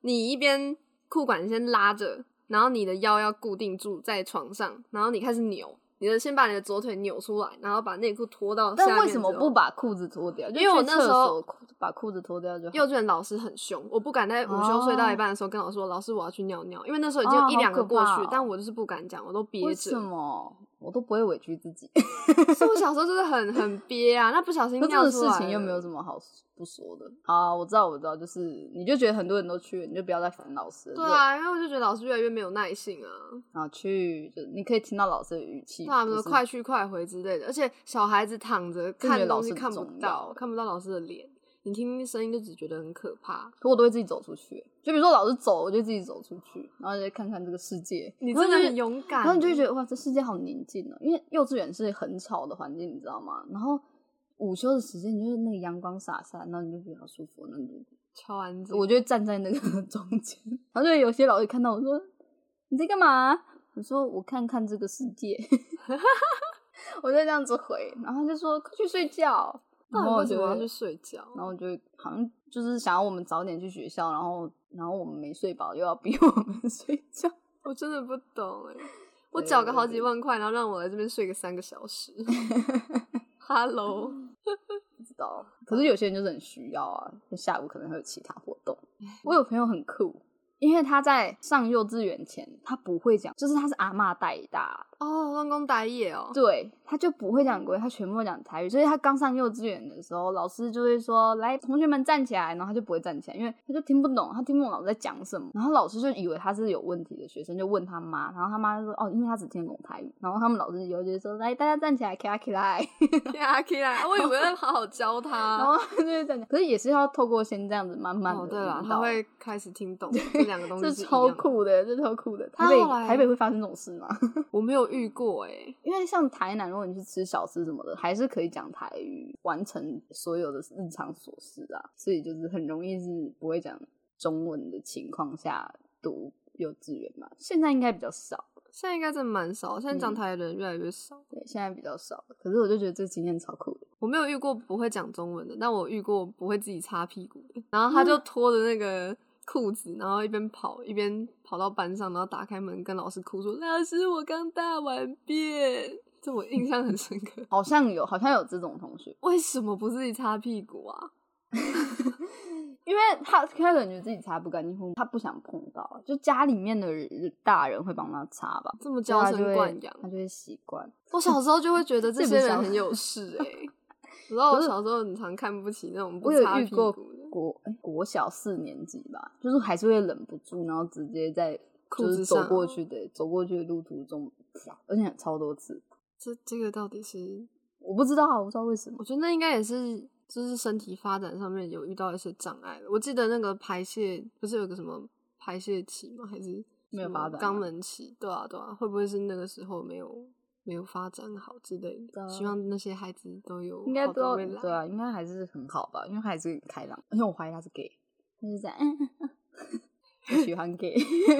Speaker 2: 你一边裤管先拉着，然后你的腰要固定住在床上，然后你开始扭。你的先把你的左腿扭出来，然后把内裤脱到下面之后。
Speaker 1: 但为什么不把裤子脱掉？就
Speaker 2: 因为我
Speaker 1: 去
Speaker 2: 那
Speaker 1: 厕
Speaker 2: 时候
Speaker 1: 所把裤子脱掉就好
Speaker 2: 幼稚园老师很凶，我不敢在午休睡到一半的时候跟老师说：“老师，我要去尿尿。”因为那时候已经
Speaker 1: 哦
Speaker 2: 有一两个过去，
Speaker 1: 好可怕哦
Speaker 2: 但我就是不敢讲，我都憋
Speaker 1: 为
Speaker 2: 着
Speaker 1: 什。么我都不会委屈自己？
Speaker 2: 所以我小时候就是很很憋啊，那不小心
Speaker 1: 可这
Speaker 2: 尿
Speaker 1: 个
Speaker 2: 出
Speaker 1: 事
Speaker 2: 来
Speaker 1: 情又没有
Speaker 2: 了
Speaker 1: 什么好不说的。好啊，我知道，我知道，就是你就觉得很多人都去了，你就不要再烦老师了。
Speaker 2: 对，啊，因为我就觉得老师越来越没有耐性啊，
Speaker 1: 然后去，就你可以听到老师的语气，
Speaker 2: 对啊，比如
Speaker 1: 不
Speaker 2: 说
Speaker 1: 嗯是
Speaker 2: 快去快回之类的。而且小孩子躺
Speaker 1: 就
Speaker 2: 着
Speaker 1: 觉得
Speaker 2: 看
Speaker 1: 老
Speaker 2: 东
Speaker 1: 师
Speaker 2: 西
Speaker 1: 很
Speaker 2: 看不
Speaker 1: 重要
Speaker 2: 到，看不到老师的脸，你听声音就只觉得很可怕。
Speaker 1: 可我都会自己走出去。就比如说老师走，我就自己走出去，然后就看看这个世界。
Speaker 2: 你
Speaker 1: 然后
Speaker 2: 真的
Speaker 1: 就
Speaker 2: 很勇敢，欸
Speaker 1: 然后你就会觉得哇，这世界好宁静哦，因为幼稚园是很吵的环境，你知道吗？然后午休的时间，你就是那个阳光洒下来，然后你就觉得好舒服，那你就
Speaker 2: 超安静。
Speaker 1: 我就会站在那个 中间，然后就有些老师看到我说：“你在干嘛？”我说：“我看看这个世界。”我就这样子回，然后他就说：“快去睡觉。”然
Speaker 2: 到
Speaker 1: 后
Speaker 2: 底
Speaker 1: 我就
Speaker 2: 为什么要
Speaker 1: 会
Speaker 2: 去睡觉？
Speaker 1: 然后就好像就是想要我们早点去学校，然后然后我们没睡饱，又要逼我们 睡觉。
Speaker 2: 我真的不懂哎、 我
Speaker 1: 对
Speaker 2: 缴个
Speaker 1: 我
Speaker 2: 好
Speaker 1: 也
Speaker 2: 几
Speaker 1: 是
Speaker 2: 万块，然后让我来这边睡个三个 小时。Hello，
Speaker 1: 不知道，可是有些人就是很需要啊，就下午可能会有其他活动。我有朋友很酷。因为他在上幼稚园前，他不会讲，就是他是阿嬷带大，
Speaker 2: 哦，乱公打野哦，
Speaker 1: 对，他就不会讲国语，他全部都讲台语，所以他刚上幼稚园的时候，老师就会说：“来，同学们站起来。”然后他就不会站起来，因为他就听不懂，他听不懂老师在讲什么。然后老师就以为他是有问题的学生，就问他妈，然后他妈就说：“哦，因为他只听得懂台语。”然后他们老师有就说：“来，大家站起来，起来，起来。
Speaker 2: 呀，起来，啊我以为要好好 教”
Speaker 1: 然
Speaker 2: 他。哦
Speaker 1: 后他就会站起来，可是也是要透过先这样子慢慢的、
Speaker 2: 哦，对了，他会开始听 懂这两个东
Speaker 1: 这
Speaker 2: 西是一
Speaker 1: 超
Speaker 2: 样的。
Speaker 1: 酷的，这超酷的。台
Speaker 2: 他
Speaker 1: 北
Speaker 2: 后来
Speaker 1: 台北会发生这种事吗？
Speaker 2: 我没有遇过哎，
Speaker 1: 因为像台南，如果你去吃小吃什么的，还是可以讲台语，完成所有的日常琐事啊，所以就是很容易是不会讲中文的情况下读幼稚园嘛。现在应该比较少，
Speaker 2: 现在应该真的蛮少，现
Speaker 1: 嗯
Speaker 2: 在讲台语的人越来越少。
Speaker 1: 对，现在比较少。可是我就觉得这经验超酷的，
Speaker 2: 我没有遇过不会讲中文的，但我遇过不会自己擦屁股的。然后他
Speaker 1: 嗯
Speaker 2: 就拖着那个裤子，然后一边跑一边跑到班上，然后打开门跟老师哭说：“老师，我刚大完便。”这我印象很深刻。
Speaker 1: 好像有，好像有这种同学，
Speaker 2: 为什么不自己擦屁股啊？
Speaker 1: 因为他他可能觉得自己擦不干净，或他不想碰到，就家里面的人大人会帮他擦吧，
Speaker 2: 这么
Speaker 1: 所以
Speaker 2: 娇
Speaker 1: 他
Speaker 2: 生
Speaker 1: 啊就会
Speaker 2: 惯养。
Speaker 1: 他就会习惯。
Speaker 2: 我小时候就会觉得这
Speaker 1: 这
Speaker 2: 些
Speaker 1: 不是小
Speaker 2: 人 很有事哎、我知道
Speaker 1: 不
Speaker 2: 我
Speaker 1: 是
Speaker 2: 小时候很常看不起那种不
Speaker 1: 我有
Speaker 2: 擦
Speaker 1: 遇
Speaker 2: 屁
Speaker 1: 过
Speaker 2: 股的，
Speaker 1: 国、哎国小四年级吧，就是还是会忍不住，然后直接在
Speaker 2: 裤
Speaker 1: 就是
Speaker 2: 子
Speaker 1: 走
Speaker 2: 上
Speaker 1: 过
Speaker 2: 哦
Speaker 1: 去的走过去的路途中，啪而且超多次，
Speaker 2: 这这个到底是？
Speaker 1: 我不知道啊，我不知道为什么
Speaker 2: 我觉得那应该也是，就是身体发展上面有遇到一些障碍了。我记得那个排泄不是有个什么排泄期吗？还是
Speaker 1: 没有
Speaker 2: 什么
Speaker 1: 发展啊
Speaker 2: 肛门期？对啊，对啊，会不会是那个时候没有没有发展好之类
Speaker 1: 对啊
Speaker 2: 的？希望那些孩子都有
Speaker 1: 应该
Speaker 2: 好
Speaker 1: 都啊
Speaker 2: 的
Speaker 1: 要
Speaker 2: 未来。
Speaker 1: 对啊，应该还是很好吧，因为他还是很开朗，而且我怀疑他是 gay，他就这样，嗯 我喜欢 gay，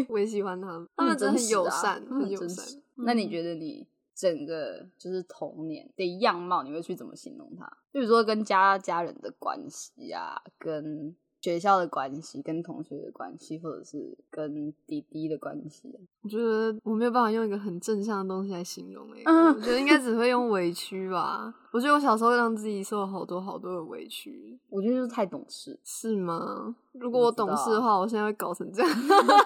Speaker 2: 我也喜欢他们，
Speaker 1: 他
Speaker 2: 他
Speaker 1: 们
Speaker 2: 们真的很
Speaker 1: 真实啊
Speaker 2: 友善，
Speaker 1: 他们
Speaker 2: 很友
Speaker 1: 真
Speaker 2: 善嗯
Speaker 1: 实。那你
Speaker 2: 得
Speaker 1: 觉得你整个就是童年的样貌，你会去怎么形容它？就比如说跟家家人的关系啊，跟学校的关系，跟同学的关系，或者是跟弟弟的关系啊、
Speaker 2: 我觉得我没有办法用一个很正向的东西来形 容诶、
Speaker 1: 嗯
Speaker 2: 我觉得应该只会用委屈吧。我觉得我小时候让自己受了好多好多的委屈，
Speaker 1: 我觉得就是太懂事，
Speaker 2: 是吗？如果我懂事的话，我现在会搞成这样。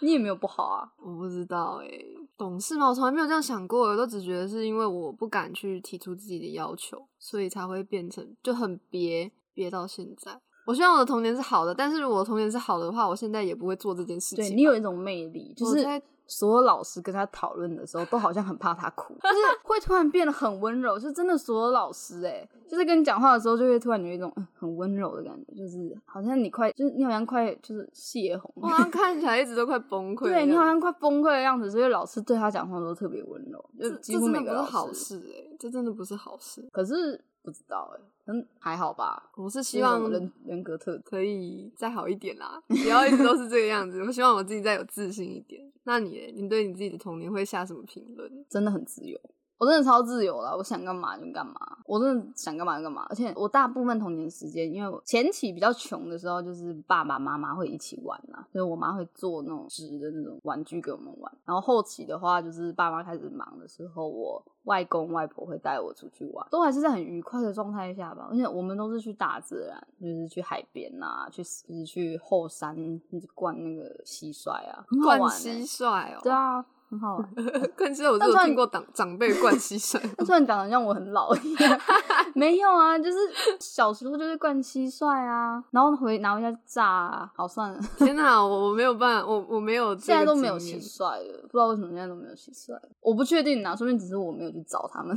Speaker 1: 你也没有不好啊。
Speaker 2: 我不知道诶、懂事吗？我从来没有这样想过，欸我都只觉得是因为我不敢去提出自己的要求，所以才会变成就很憋憋到现在。我希望我的童年是好的，但是如果我的童年是好的话，我现在也不会做这件事情吧。
Speaker 1: 对你有一种魅力，就
Speaker 2: 我
Speaker 1: 是
Speaker 2: 在
Speaker 1: 所有老师跟他讨论的时候，都好像很怕他哭，就是会突然变得很温柔，是真的。所有老师、欸，就是跟你讲话的时候，就会突然有一种、嗯、很温柔的感觉，就是好像你快，就是你好像快就是泄洪，
Speaker 2: 我好像看起来一直都快崩溃了。
Speaker 1: 对你好像快崩溃的样子，所以老师对他讲话都特别温柔，
Speaker 2: 这
Speaker 1: 就
Speaker 2: 这
Speaker 1: 几乎
Speaker 2: 真的
Speaker 1: 每
Speaker 2: 不
Speaker 1: 个
Speaker 2: 是
Speaker 1: 老
Speaker 2: 好
Speaker 1: 师。
Speaker 2: 事哎、这真的不是好事。
Speaker 1: 可是不知道哎、嗯，还好吧，
Speaker 2: 我是希
Speaker 1: 这种
Speaker 2: 望
Speaker 1: 人人格特质。
Speaker 2: 可以再好一点啦，不要一直都是这个样子。我希望我自己再有自信一点。那你嘞，你对你自己的童年会下什么评论？
Speaker 1: 真的很自由，我真的超自由了，我想干嘛就干嘛，我真的想干嘛就干嘛。而且我大部分童年时间，因为我前期比较穷的时候，就是爸爸妈妈会一起玩啦，所以我妈会做那种纸的那种玩具给我们玩。然后后期的话，就是爸妈开始忙的时候，我外公外婆会带我出去玩，都还是在很愉快的状态下吧。而且我们都是去大自然，就是去海边啊，去就是去后山就是灌那个蟋蟀啊，很好
Speaker 2: 冠
Speaker 1: 玩欸
Speaker 2: 蟋蟀哦，
Speaker 1: 对啊，很好玩。
Speaker 2: 冠蟋蟀我
Speaker 1: 但虽
Speaker 2: 只有
Speaker 1: 然
Speaker 2: 听过长长辈冠蟋蟀，
Speaker 1: 那突然讲的让我很老一样， 没有啊，就是小时候就是灌蟋蟀啊，然后回拿回家炸啊，好算了，
Speaker 2: 天哪，我我没有办法，我我没有这
Speaker 1: 现在
Speaker 2: 个
Speaker 1: 都没有蟋
Speaker 2: 经验
Speaker 1: 蟀了，不知道为什么现在都没有蟋蟀，我不确定啊，说不定只是我没有去找他们，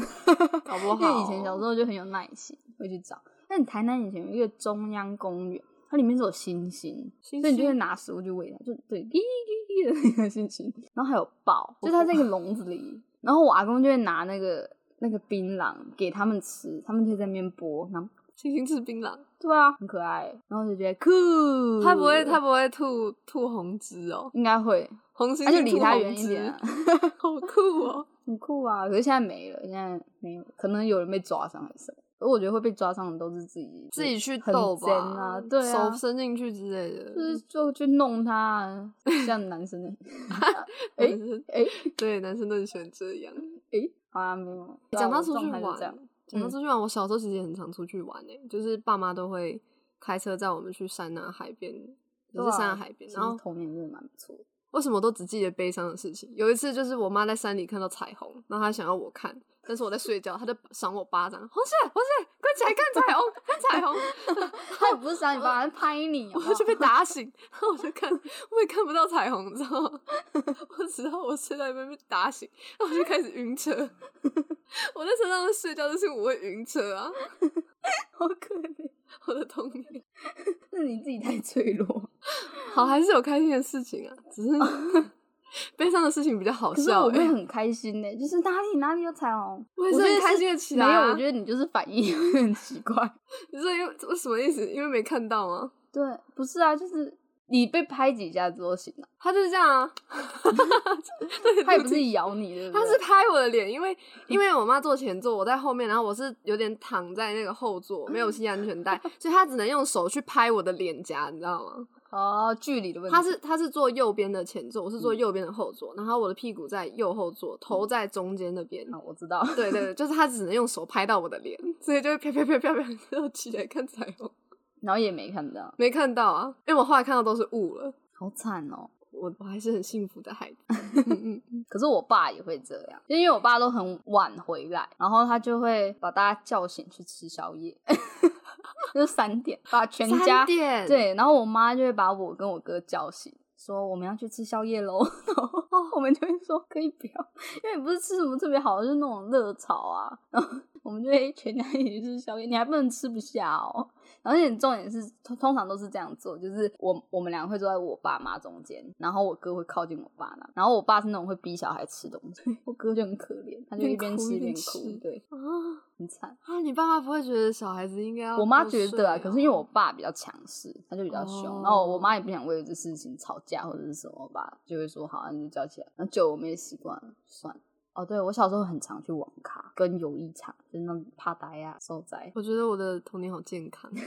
Speaker 2: 搞不好哦
Speaker 1: 因为以前小时候就很有耐心会去找。但台南以前有一个中央公园，它里面是有星星，
Speaker 2: 星
Speaker 1: 所以你就会
Speaker 2: 星
Speaker 1: 拿食物去喂它，就对滴滴滴的那个星星，然后还有豹，就它在一个笼子里，然后我阿公就会拿那个那个槟榔给他们吃，他们就在那边剥，然后
Speaker 2: 星星吃槟榔，
Speaker 1: 对啊，很可爱，然后就觉得酷，
Speaker 2: 它不会它不会吐吐红汁哦，
Speaker 1: 应该会，
Speaker 2: 红星
Speaker 1: 那就
Speaker 2: 星
Speaker 1: 离
Speaker 2: 吐
Speaker 1: 它
Speaker 2: 红
Speaker 1: 远一
Speaker 2: 汁
Speaker 1: 点啊
Speaker 2: 好酷哦。
Speaker 1: 很酷啊，可是现在没了，现在没有，可能有人被抓伤还是什么。而我觉得会被抓伤的都是自己
Speaker 2: 自己去
Speaker 1: 很
Speaker 2: 斗吧，
Speaker 1: 尖啊，对啊，
Speaker 2: 手伸进去之类的，
Speaker 1: 就是就去弄他啊，像男生的， 哎
Speaker 2: 男生
Speaker 1: 哎
Speaker 2: 对男生都很喜欢这样。
Speaker 1: 哎，好像没有。
Speaker 2: 讲到出去
Speaker 1: 啊状态就这样
Speaker 2: 玩，讲到
Speaker 1: 嗯
Speaker 2: 出去玩，我小时候其实也很常出去玩诶、就是爸妈都会开车载我们去山啊海边，也是
Speaker 1: 对啊
Speaker 2: 山啊海边。
Speaker 1: 其实
Speaker 2: 然后
Speaker 1: 童年真的蛮不错的。
Speaker 2: 为什么我都只记得悲伤的事情？有一次就是我妈在山里看到彩虹，然后她想要我看，但是我在睡觉，她就赏我巴掌，红雪红雪，快起来看彩虹，看彩虹。
Speaker 1: 他也不是想你爸，他拍你哦好不好，
Speaker 2: 我就被打醒，然后我就看，我也看不到彩虹，你知道吗？ 我只好我睡在那边被打醒，然后我就开始晕车。 我在车上睡觉，就是我会晕车啊，
Speaker 1: 好可 怜。
Speaker 2: 我的童年。
Speaker 1: 是你自己太脆弱。
Speaker 2: 好，还是有开心的事情啊，只是悲伤的事情比较好
Speaker 1: 可是
Speaker 2: 笑、
Speaker 1: 我会
Speaker 2: 欸。
Speaker 1: 很开心呢、就是哪里哪里有彩虹，
Speaker 2: 我也是
Speaker 1: 觉得
Speaker 2: 很开心的起来
Speaker 1: 没
Speaker 2: 啊
Speaker 1: 有，我觉得你就是反应 有点奇怪。
Speaker 2: 你说因为我什么意思？因为没看到吗？
Speaker 1: 对，不是啊，就是你被拍几下之后醒了、
Speaker 2: 他就是这样 啊，对
Speaker 1: 他也不是咬你，对不
Speaker 2: 他
Speaker 1: 对
Speaker 2: 是拍我的脸，因为因为我妈坐前座，我在后面，然后我是有点躺在那个后座，没有系安全带，所以她只能用手去拍我的脸颊，你知道吗？
Speaker 1: 哦，距离的问题。
Speaker 2: 她是她是坐右边的前座，我是坐
Speaker 1: 嗯
Speaker 2: 右边的后座，然后我的屁股在右后座，头在中间那边。
Speaker 1: 啊，我知道。
Speaker 2: 对对对，就是她只能用手拍到我的脸，所以就会啪啪啪啪啪， 然后起来看彩虹，
Speaker 1: 然后也没看到，
Speaker 2: 没看到啊，因为我后来看到都是雾了。
Speaker 1: 好惨哦。
Speaker 2: 我我还是很幸福的孩 子，嗯
Speaker 1: 可是我爸也会这样，就因为我爸都很晚回来，然后他就会把大家叫醒去吃宵夜， 就是三点，把全家
Speaker 2: 三点
Speaker 1: 对，然后我妈就会把我跟我哥叫醒。说我们要去吃宵夜喽， 然后我们就会说可以不要，因为不是吃什么特别好的，就是那种热炒啊。然后 我们就会全家一起去吃宵夜，你还不能吃不下哦。而且重点是，通通常都是这样做，就是我我们俩会坐在我爸妈中间，然后我哥会靠近我爸那，然后我爸是那种会逼小孩吃东西， 我哥就很可怜，他就一边吃一边
Speaker 2: 一边
Speaker 1: 哭
Speaker 2: 哭，
Speaker 1: 对，
Speaker 2: 啊
Speaker 1: 很惨。
Speaker 2: 啊！你爸妈不会觉得小孩子应该要
Speaker 1: 我妈
Speaker 2: 多
Speaker 1: 觉得啊，
Speaker 2: 睡哦
Speaker 1: 可是因为我爸比较强势，他就比较凶，
Speaker 2: 哦
Speaker 1: 然后我妈也不想为了这事情吵架或者是什么吧，就会说好、啊，你就叫起来。那久我们也习惯了，算了。哦，对，我小时候很常去网咖跟友谊场，就是那种怕呆啊、受灾，
Speaker 2: 我觉得我的童年好健康，啊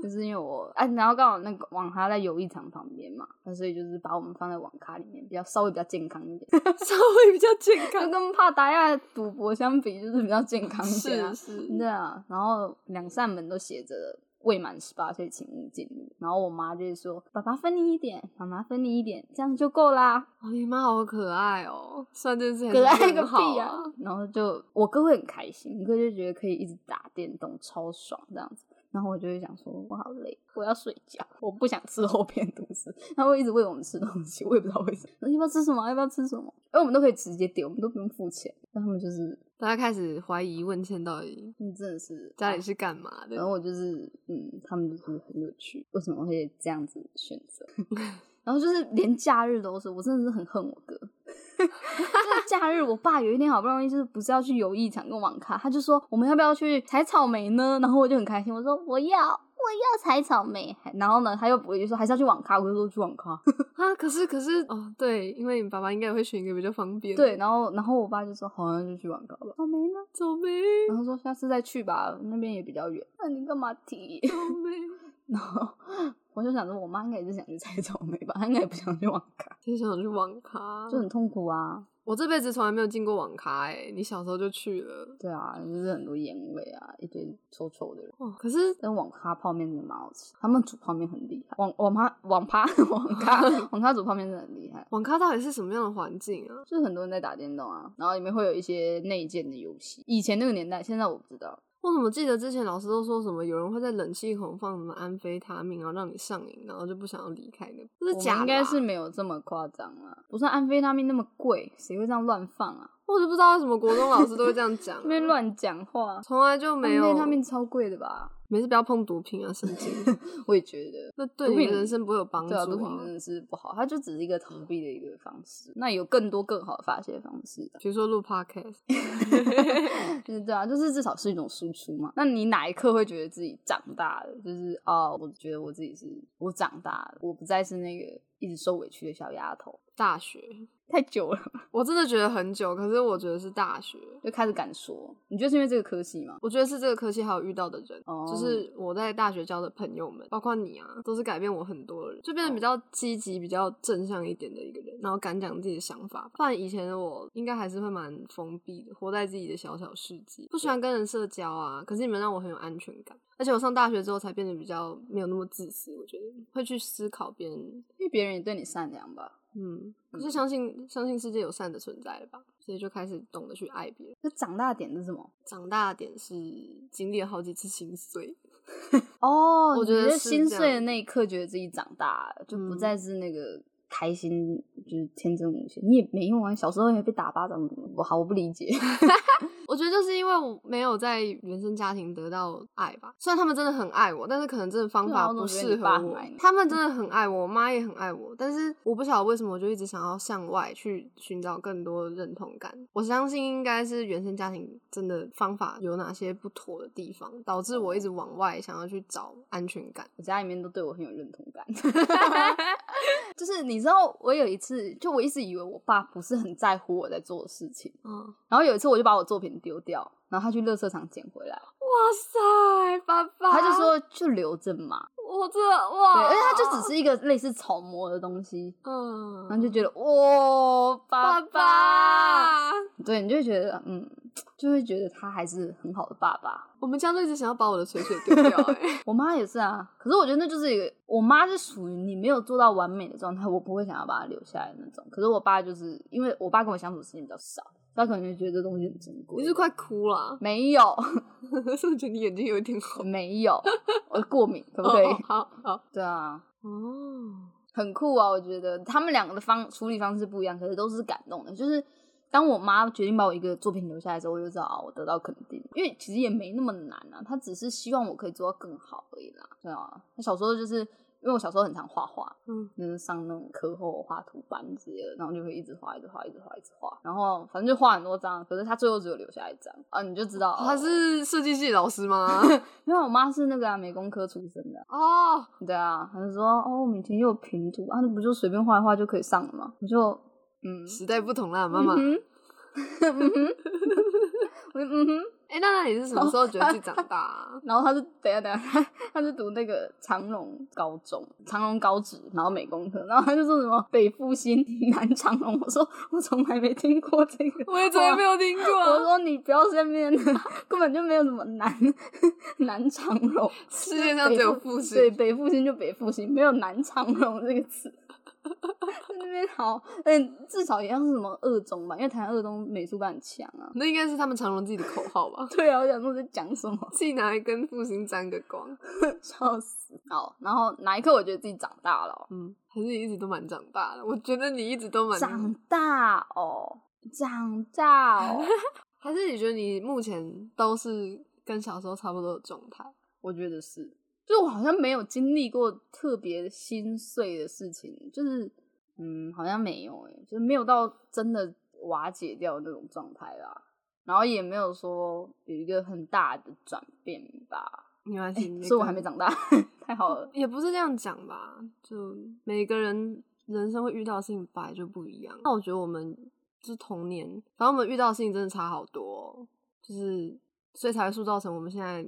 Speaker 1: 就是因为我哎、然后刚好那个网咖在友谊场旁边嘛，那所以就是把我们放在网咖里面，比较稍微比较健康一点，
Speaker 2: 稍微比较健
Speaker 1: 就
Speaker 2: 康。
Speaker 1: 跟帕达亚赌博相比，就是比较健康一点、啊
Speaker 2: 是。是，
Speaker 1: 对啊，然后两扇门都写着未满十八岁请勿进入，然后我妈就会说：“爸爸分你一点，妈妈分你一点，这样就够 啦。”
Speaker 2: 哦你妈好可爱哦，算这件事
Speaker 1: 可爱
Speaker 2: 还是
Speaker 1: 个
Speaker 2: 很好
Speaker 1: 屁呀、
Speaker 2: 啊！
Speaker 1: 然后就我哥会很开心，我哥就觉得可以一直打电动，超爽这样子。然后我就会想说，我好累，我要睡觉，我不想吃后片东西。他会一直喂我们吃东西，我也不知道为什么。说要不要吃什么？要不要吃什么？因为我们都可以直接点，我们都不用付钱。但他们就是，
Speaker 2: 大家开始怀疑问倩到底
Speaker 1: 他们真的是
Speaker 2: 家里是干嘛
Speaker 1: 然
Speaker 2: 的？
Speaker 1: 后我就是，嗯，他们就是很有趣，为什么会这样子选择？ 然后就是连假日都是，我真的是很恨我哥。 就是假日，我爸有一天好不容易就是不是要去游艺场跟网咖，他就说我们要不要去采草莓呢？然后我就很开心，我说我要我要采草莓。然后呢，他又补一句说还是要去网咖，我就说去网咖。
Speaker 2: 啊，可是可是哦，对，因为你爸爸应该也会选一个比较方便。
Speaker 1: 对，，然后然后我爸就说好像就去网咖吧，草莓呢？
Speaker 2: 草莓，
Speaker 1: 然后说下次再去吧，那边也比较远。那你干嘛提？
Speaker 2: 草莓，
Speaker 1: 然后我就想着，我妈应该也是想去采草莓吧，她应该也不想去网咖，
Speaker 2: 挺想去网咖。
Speaker 1: 就很痛苦啊。
Speaker 2: 我这辈子从来没有进过网咖哎，你小时候就去了
Speaker 1: 对啊，就是很多烟味啊，一堆臭臭的人。
Speaker 2: 哦。可是
Speaker 1: 但网咖泡面真的蛮好吃，他们煮泡面很厉害。网网咖网咖网 咖网咖煮泡面真的很厉害，
Speaker 2: 网咖到底是什么样的环境啊？
Speaker 1: 就是很多人在打电动啊，然后里面会有一些内建的游戏。以前那个年代，现在我不知道。
Speaker 2: 我怎么记得之前老师都说什么有人会在冷气孔放什么安非他命，然后让你上瘾，然后就不想要离开那个，这是
Speaker 1: 我
Speaker 2: 假
Speaker 1: 们
Speaker 2: 的
Speaker 1: 应该
Speaker 2: 吧
Speaker 1: 是没有这么夸张啦，不算安非他命那么贵，谁会这样乱放啊？
Speaker 2: 我就不知道为什么国中老师都会这样讲、啊
Speaker 1: 那边，乱讲话，
Speaker 2: 从来就嗯没有。
Speaker 1: 安非他命超贵的吧？
Speaker 2: 每次不要碰毒品啊，神经，
Speaker 1: 我也觉得，
Speaker 2: 那对
Speaker 1: 毒
Speaker 2: 你
Speaker 1: 品
Speaker 2: 的人生不会有帮助
Speaker 1: 对啊，毒品真的是不好，它就只是一个逃避的一个方式。那有更多更好的发泄方式 的，
Speaker 2: 比如说录 podcast，
Speaker 1: 就是对啊，就是至少是一种输出嘛。那你哪一刻会觉得自己长大了？就是哦，我觉得我自己是我长大了，我不再是那个一直受委屈的小丫头。
Speaker 2: 大学，
Speaker 1: 太久了，
Speaker 2: 我真的觉得很久，可是我觉得是大学，
Speaker 1: 就开始敢说。你觉得是因为这个科系吗？
Speaker 2: 我觉得是这个科系还有遇到的人，
Speaker 1: 哦
Speaker 2: 就是我在大学交的朋友们，包括你啊，都是改变我很多的人，就变得比较积极、比较正向一点的一个人，然后敢讲自己的想法。不然以前的我应该还是会蛮封闭的，活在自己的小小世界，不喜欢跟人社交啊。可是你们让我很有安全感，而且我上大学之后才变得比较没有那么自私，我觉得会去思考别人。
Speaker 1: 因为别人也对你善良吧？
Speaker 2: 嗯，可是相信相信世界有善的存在了吧，所以就开始懂得去爱别人。
Speaker 1: 那长大的点是什么？
Speaker 2: 长大的点是经历了好几次心碎，
Speaker 1: 哦，
Speaker 2: 我
Speaker 1: 你
Speaker 2: 觉得
Speaker 1: 在
Speaker 2: 是
Speaker 1: 心
Speaker 2: 这
Speaker 1: 碎的
Speaker 2: 样
Speaker 1: 那一刻，觉得自己长大了，就不
Speaker 2: 嗯
Speaker 1: 再是那个开心，就是天真无邪。你也没用啊，小时候也被打巴掌，我好，我不理解。
Speaker 2: 我觉得就是因为我没有在原生家庭得到爱吧，虽然他们真的很爱我，但是可能真的方
Speaker 1: 对啊
Speaker 2: 法
Speaker 1: 我
Speaker 2: 不
Speaker 1: 总觉得
Speaker 2: 适
Speaker 1: 你
Speaker 2: 合
Speaker 1: 爸很
Speaker 2: 我
Speaker 1: 爱你。嗯
Speaker 2: 他们真的很爱我，我妈也很爱我，但是我不晓得为什么我就一直想要向外去寻找更多认同感。我相信应该是原生家庭真的方法有哪些不妥的地方，导致我一
Speaker 1: 嗯
Speaker 2: 直往外想要去找安全感。
Speaker 1: 我家里面都对我很有认同感， 就是你知道，我有一次，就我一直以为我爸不是很在乎我在做的事情，
Speaker 2: 嗯，
Speaker 1: 然后有一次我就把我作品丢掉，然后他去垃圾场捡回来，
Speaker 2: 啊哇塞，爸爸，
Speaker 1: 他就说就留着嘛，
Speaker 2: 我这
Speaker 1: 对，
Speaker 2: 哇，
Speaker 1: 而且他就只是一个类似草模的东西，
Speaker 2: 嗯，
Speaker 1: 然后就觉得哇，
Speaker 2: 爸
Speaker 1: 爸
Speaker 2: 爸。
Speaker 1: 对，你就会觉得，嗯，就会觉得他还是很好的爸爸。
Speaker 2: 我们家都一直想要把我的水水丢掉、哎，
Speaker 1: 我妈也是啊，可是我觉得那就是一个，我妈是属于你没有做到完美的状态，我不会想要把它留下来的那种。可是我爸就是因为我爸跟我相处时间比较少，他可能就觉得这东西很珍贵。
Speaker 2: 你是快哭了、
Speaker 1: 没有
Speaker 2: 我是不是觉得你眼睛有一点红？
Speaker 1: 没有，我过敏，可不可以？
Speaker 2: 哦好好
Speaker 1: 对啊，
Speaker 2: 哦，
Speaker 1: 很酷啊！我觉得他们两个的方处理方式不一样，可是都是感动的，就是。当我妈决定把我一个作品留下来之后，我就知道啊，我得到肯定，因为其实也没那么难啊，她只是希望我可以做到更好而已啦。对啊，她小时候就是因为我小时候很常画画，
Speaker 2: 嗯，
Speaker 1: 就是上那种课后画图班之类的，然后就会一直画，一直画，一直画，一直画，然后反正就画很多张，可是她最后只有留下一张啊，你就知道
Speaker 2: 他是设计系老师吗？
Speaker 1: 因为我妈是那个、啊、美工科出身的啊、
Speaker 2: 哦，
Speaker 1: 对啊，他就说哦，我们以前也有平图啊，那不就随便画一画就可以上了吗？我就嗯，
Speaker 2: 时代不同了，妈妈。
Speaker 1: 嗯哼，嗯哼，我就嗯哼。
Speaker 2: 哎、娜娜，你是什么时候觉得自己长大、啊？
Speaker 1: 然后他是等一下等一下，他他是读那个长隆高中，长隆高职，然后美工科，然后他就说什么北复兴南长隆，我说我从来没听过这个，
Speaker 2: 我也从来没有听
Speaker 1: 我
Speaker 2: 过。
Speaker 1: 说你不要身边 的，根本就没有什么南 南长隆，
Speaker 2: 世 界上只有复兴
Speaker 1: 对，北复兴就北复兴，没有南长隆 这个词。在那边好，嗯，至少也要是什么二中吧，因为台湾二中美术班很强啊。？
Speaker 2: 那应该是他们长隆自己的口号吧
Speaker 1: 对啊，我想说在讲什么，
Speaker 2: 自己拿来跟复兴沾个光。
Speaker 1: 笑死。好，然后哪一刻我觉得自己长大了哦？
Speaker 2: 嗯，还是你一直都蛮长大的。我觉得你一直都蛮
Speaker 1: 长大哦，长大哦，
Speaker 2: 还是你觉得你目前都是跟小时候差不多的状态？
Speaker 1: 我觉得是，就是我好像没有经历过特别心碎的事情，就是嗯，好像没有诶、就是没有到真的瓦解掉那种状态啦。然后也没有说有一个很大的转变吧，
Speaker 2: 没关
Speaker 1: 哎、
Speaker 2: 系，
Speaker 1: 所以我还没长大， 太好了。
Speaker 2: 也不是这样讲吧，就每个人人生会遇到的事情本来就不一样。那我觉得我们就是童年，反正我们遇到的事情真的差好多哦、就是所以才会塑造成我们现在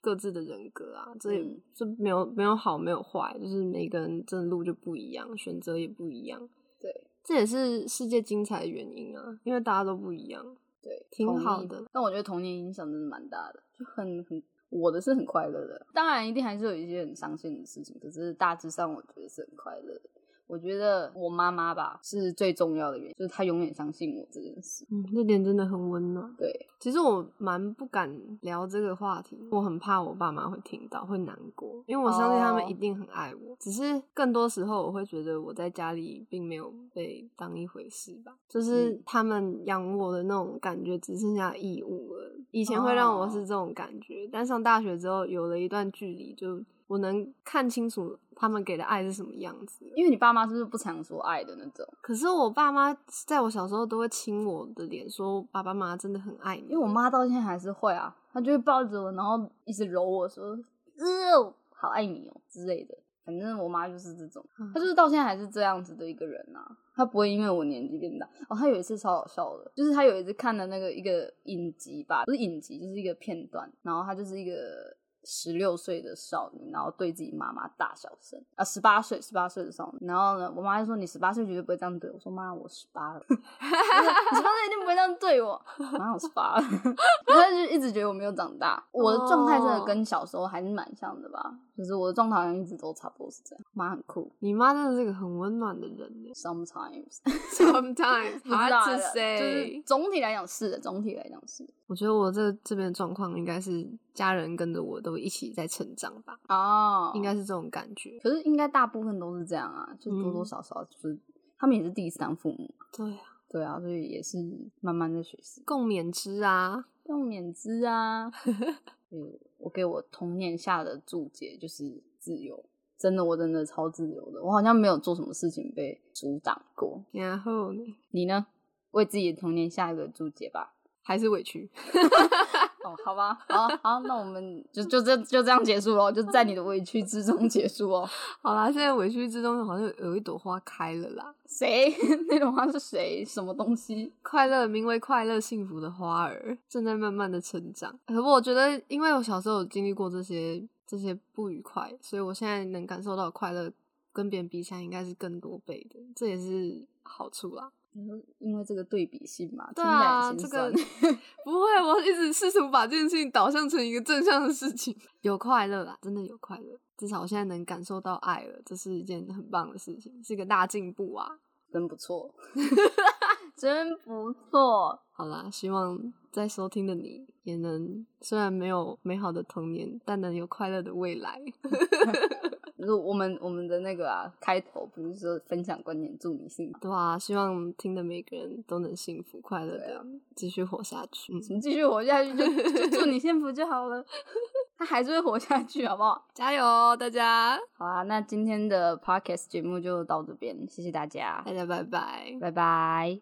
Speaker 2: 各自的人格啊。这也
Speaker 1: 嗯
Speaker 2: 就没有没有好没有坏，就是每个人真的路就不一样，选择也不一样。
Speaker 1: 对
Speaker 2: 这也是世界精彩的原因啊，因为大家都不一样。
Speaker 1: 对，
Speaker 2: 挺
Speaker 1: 同意
Speaker 2: 好的。
Speaker 1: 但我觉得童年影响真的蛮大的，就很 很我的是很快乐的，当然一定还是有一些很伤心的事情，可是大致上我觉得是很快乐的。我觉得我妈妈吧是最重要的原因，就是她永远相信我这件事。
Speaker 2: 嗯，这点真的很温暖。
Speaker 1: 对，
Speaker 2: 其实我蛮不敢聊这个话题，我很怕我爸妈会听到，会难过，因为我相信他
Speaker 1: 哦
Speaker 2: 们一定很爱我。只是更多时候，我会觉得我在家里并没有被当一回事吧，就是
Speaker 1: 嗯
Speaker 2: 他们养我的那种感觉只剩下义务了。以前会让我
Speaker 1: 哦
Speaker 2: 是这种感觉，但上大学之后有了一段距离，就我能看清楚他们给的爱是什么样子了。
Speaker 1: 因为你爸妈是不是不常说爱的那种？
Speaker 2: 可是我爸妈在我小时候都会亲我的脸，说爸爸妈妈真的很爱你。
Speaker 1: 因为我妈到现在还是会啊，她就会抱着我，然后一直揉我说：“呃，好爱你哦之类的。”反正我妈就是这种，
Speaker 2: 嗯
Speaker 1: 她就是到现在还是这样子的一个人啊，她不会因为我年纪变大。哦，她有一次超好笑的，就是她有一次看的那个一个影集吧，不是影集，就是一个片段，然后她就是一个。十六岁的少女，然后对自己妈妈大小声啊，十八岁，十八岁的少女。然后呢，我妈就说：“你十八岁绝对不会这样对我。”我说：“妈，我十八了。” 你十八岁一定不会这样对我，蛮好十八了。 然后他就一直觉得我没有长大，我的状态真的跟小时候还是蛮像的吧，就是我的状态好像一直都差不多是这样，妈很酷。
Speaker 2: 你妈真的是个很温暖的人呢
Speaker 1: sometimes，
Speaker 2: 欸 Sometimes
Speaker 1: 不知道啊
Speaker 2: hard to
Speaker 1: 就是
Speaker 2: say。
Speaker 1: 总体来讲是的，总体来讲是的
Speaker 2: 我觉得我这这边的状况应该是家人跟着我都一起在成长吧，
Speaker 1: 哦，
Speaker 2: 应该是这种感觉。
Speaker 1: 可是应该大部分都是这样啊，就多多
Speaker 2: 嗯
Speaker 1: 少少就是、他们也是第一次当父母，
Speaker 2: 对啊，
Speaker 1: 对啊，所以也是慢慢在学习，
Speaker 2: 共勉之啊。
Speaker 1: 用免资 啊。嗯，我给我童年下的注解就是自由，真的，我真的超自由的。我好像没有做什么事情被阻挡过。
Speaker 2: 然后呢，
Speaker 1: 你呢？为自己的童年下一个注解吧。
Speaker 2: 还是委屈。
Speaker 1: 哦，好吧，好好，那我们就就这就这样结束咯，就在你的委屈之中结束哦。
Speaker 2: 好啦，现在委屈之中好像有一朵花开了啦，
Speaker 1: 谁？ 那种话是谁？什么东西？
Speaker 2: 快乐名为快乐幸福的花儿正在慢慢的成长。可不，我觉得因为我小时候有经历过这些这些不愉快，所以我现在能感受到的快乐跟别人比起来应该是更多倍的，这也是好处啦。
Speaker 1: 因为这个对比性嘛，听
Speaker 2: 对
Speaker 1: 起来
Speaker 2: 啊，
Speaker 1: 很
Speaker 2: 这
Speaker 1: 心
Speaker 2: 个
Speaker 1: 酸
Speaker 2: 不会，我一直试图把这件事情导向成一个正向的事情。 有快乐啦，真的有快乐，至少我现在能感受到爱了，这是一件很棒的事情，是一个大进步啊。
Speaker 1: 真不错， 真不错。
Speaker 2: 好啦，希望在收听的你也能，虽然没有美好的童年，但能有快乐的未来。
Speaker 1: 就是我们我们的那个啊，开头不是说分享观点，祝你幸福，
Speaker 2: 对啊，希望听的每个人都能幸福快乐
Speaker 1: 对
Speaker 2: 的继续活下去。嗯
Speaker 1: 我们继续活下去就就祝你幸福就好了， 他还是会活下去，好不好？
Speaker 2: 加油哦，大家，
Speaker 1: 好啊，那今天的 podcast 节目就到这边，谢谢大家
Speaker 2: 大，家拜拜。
Speaker 1: 拜拜。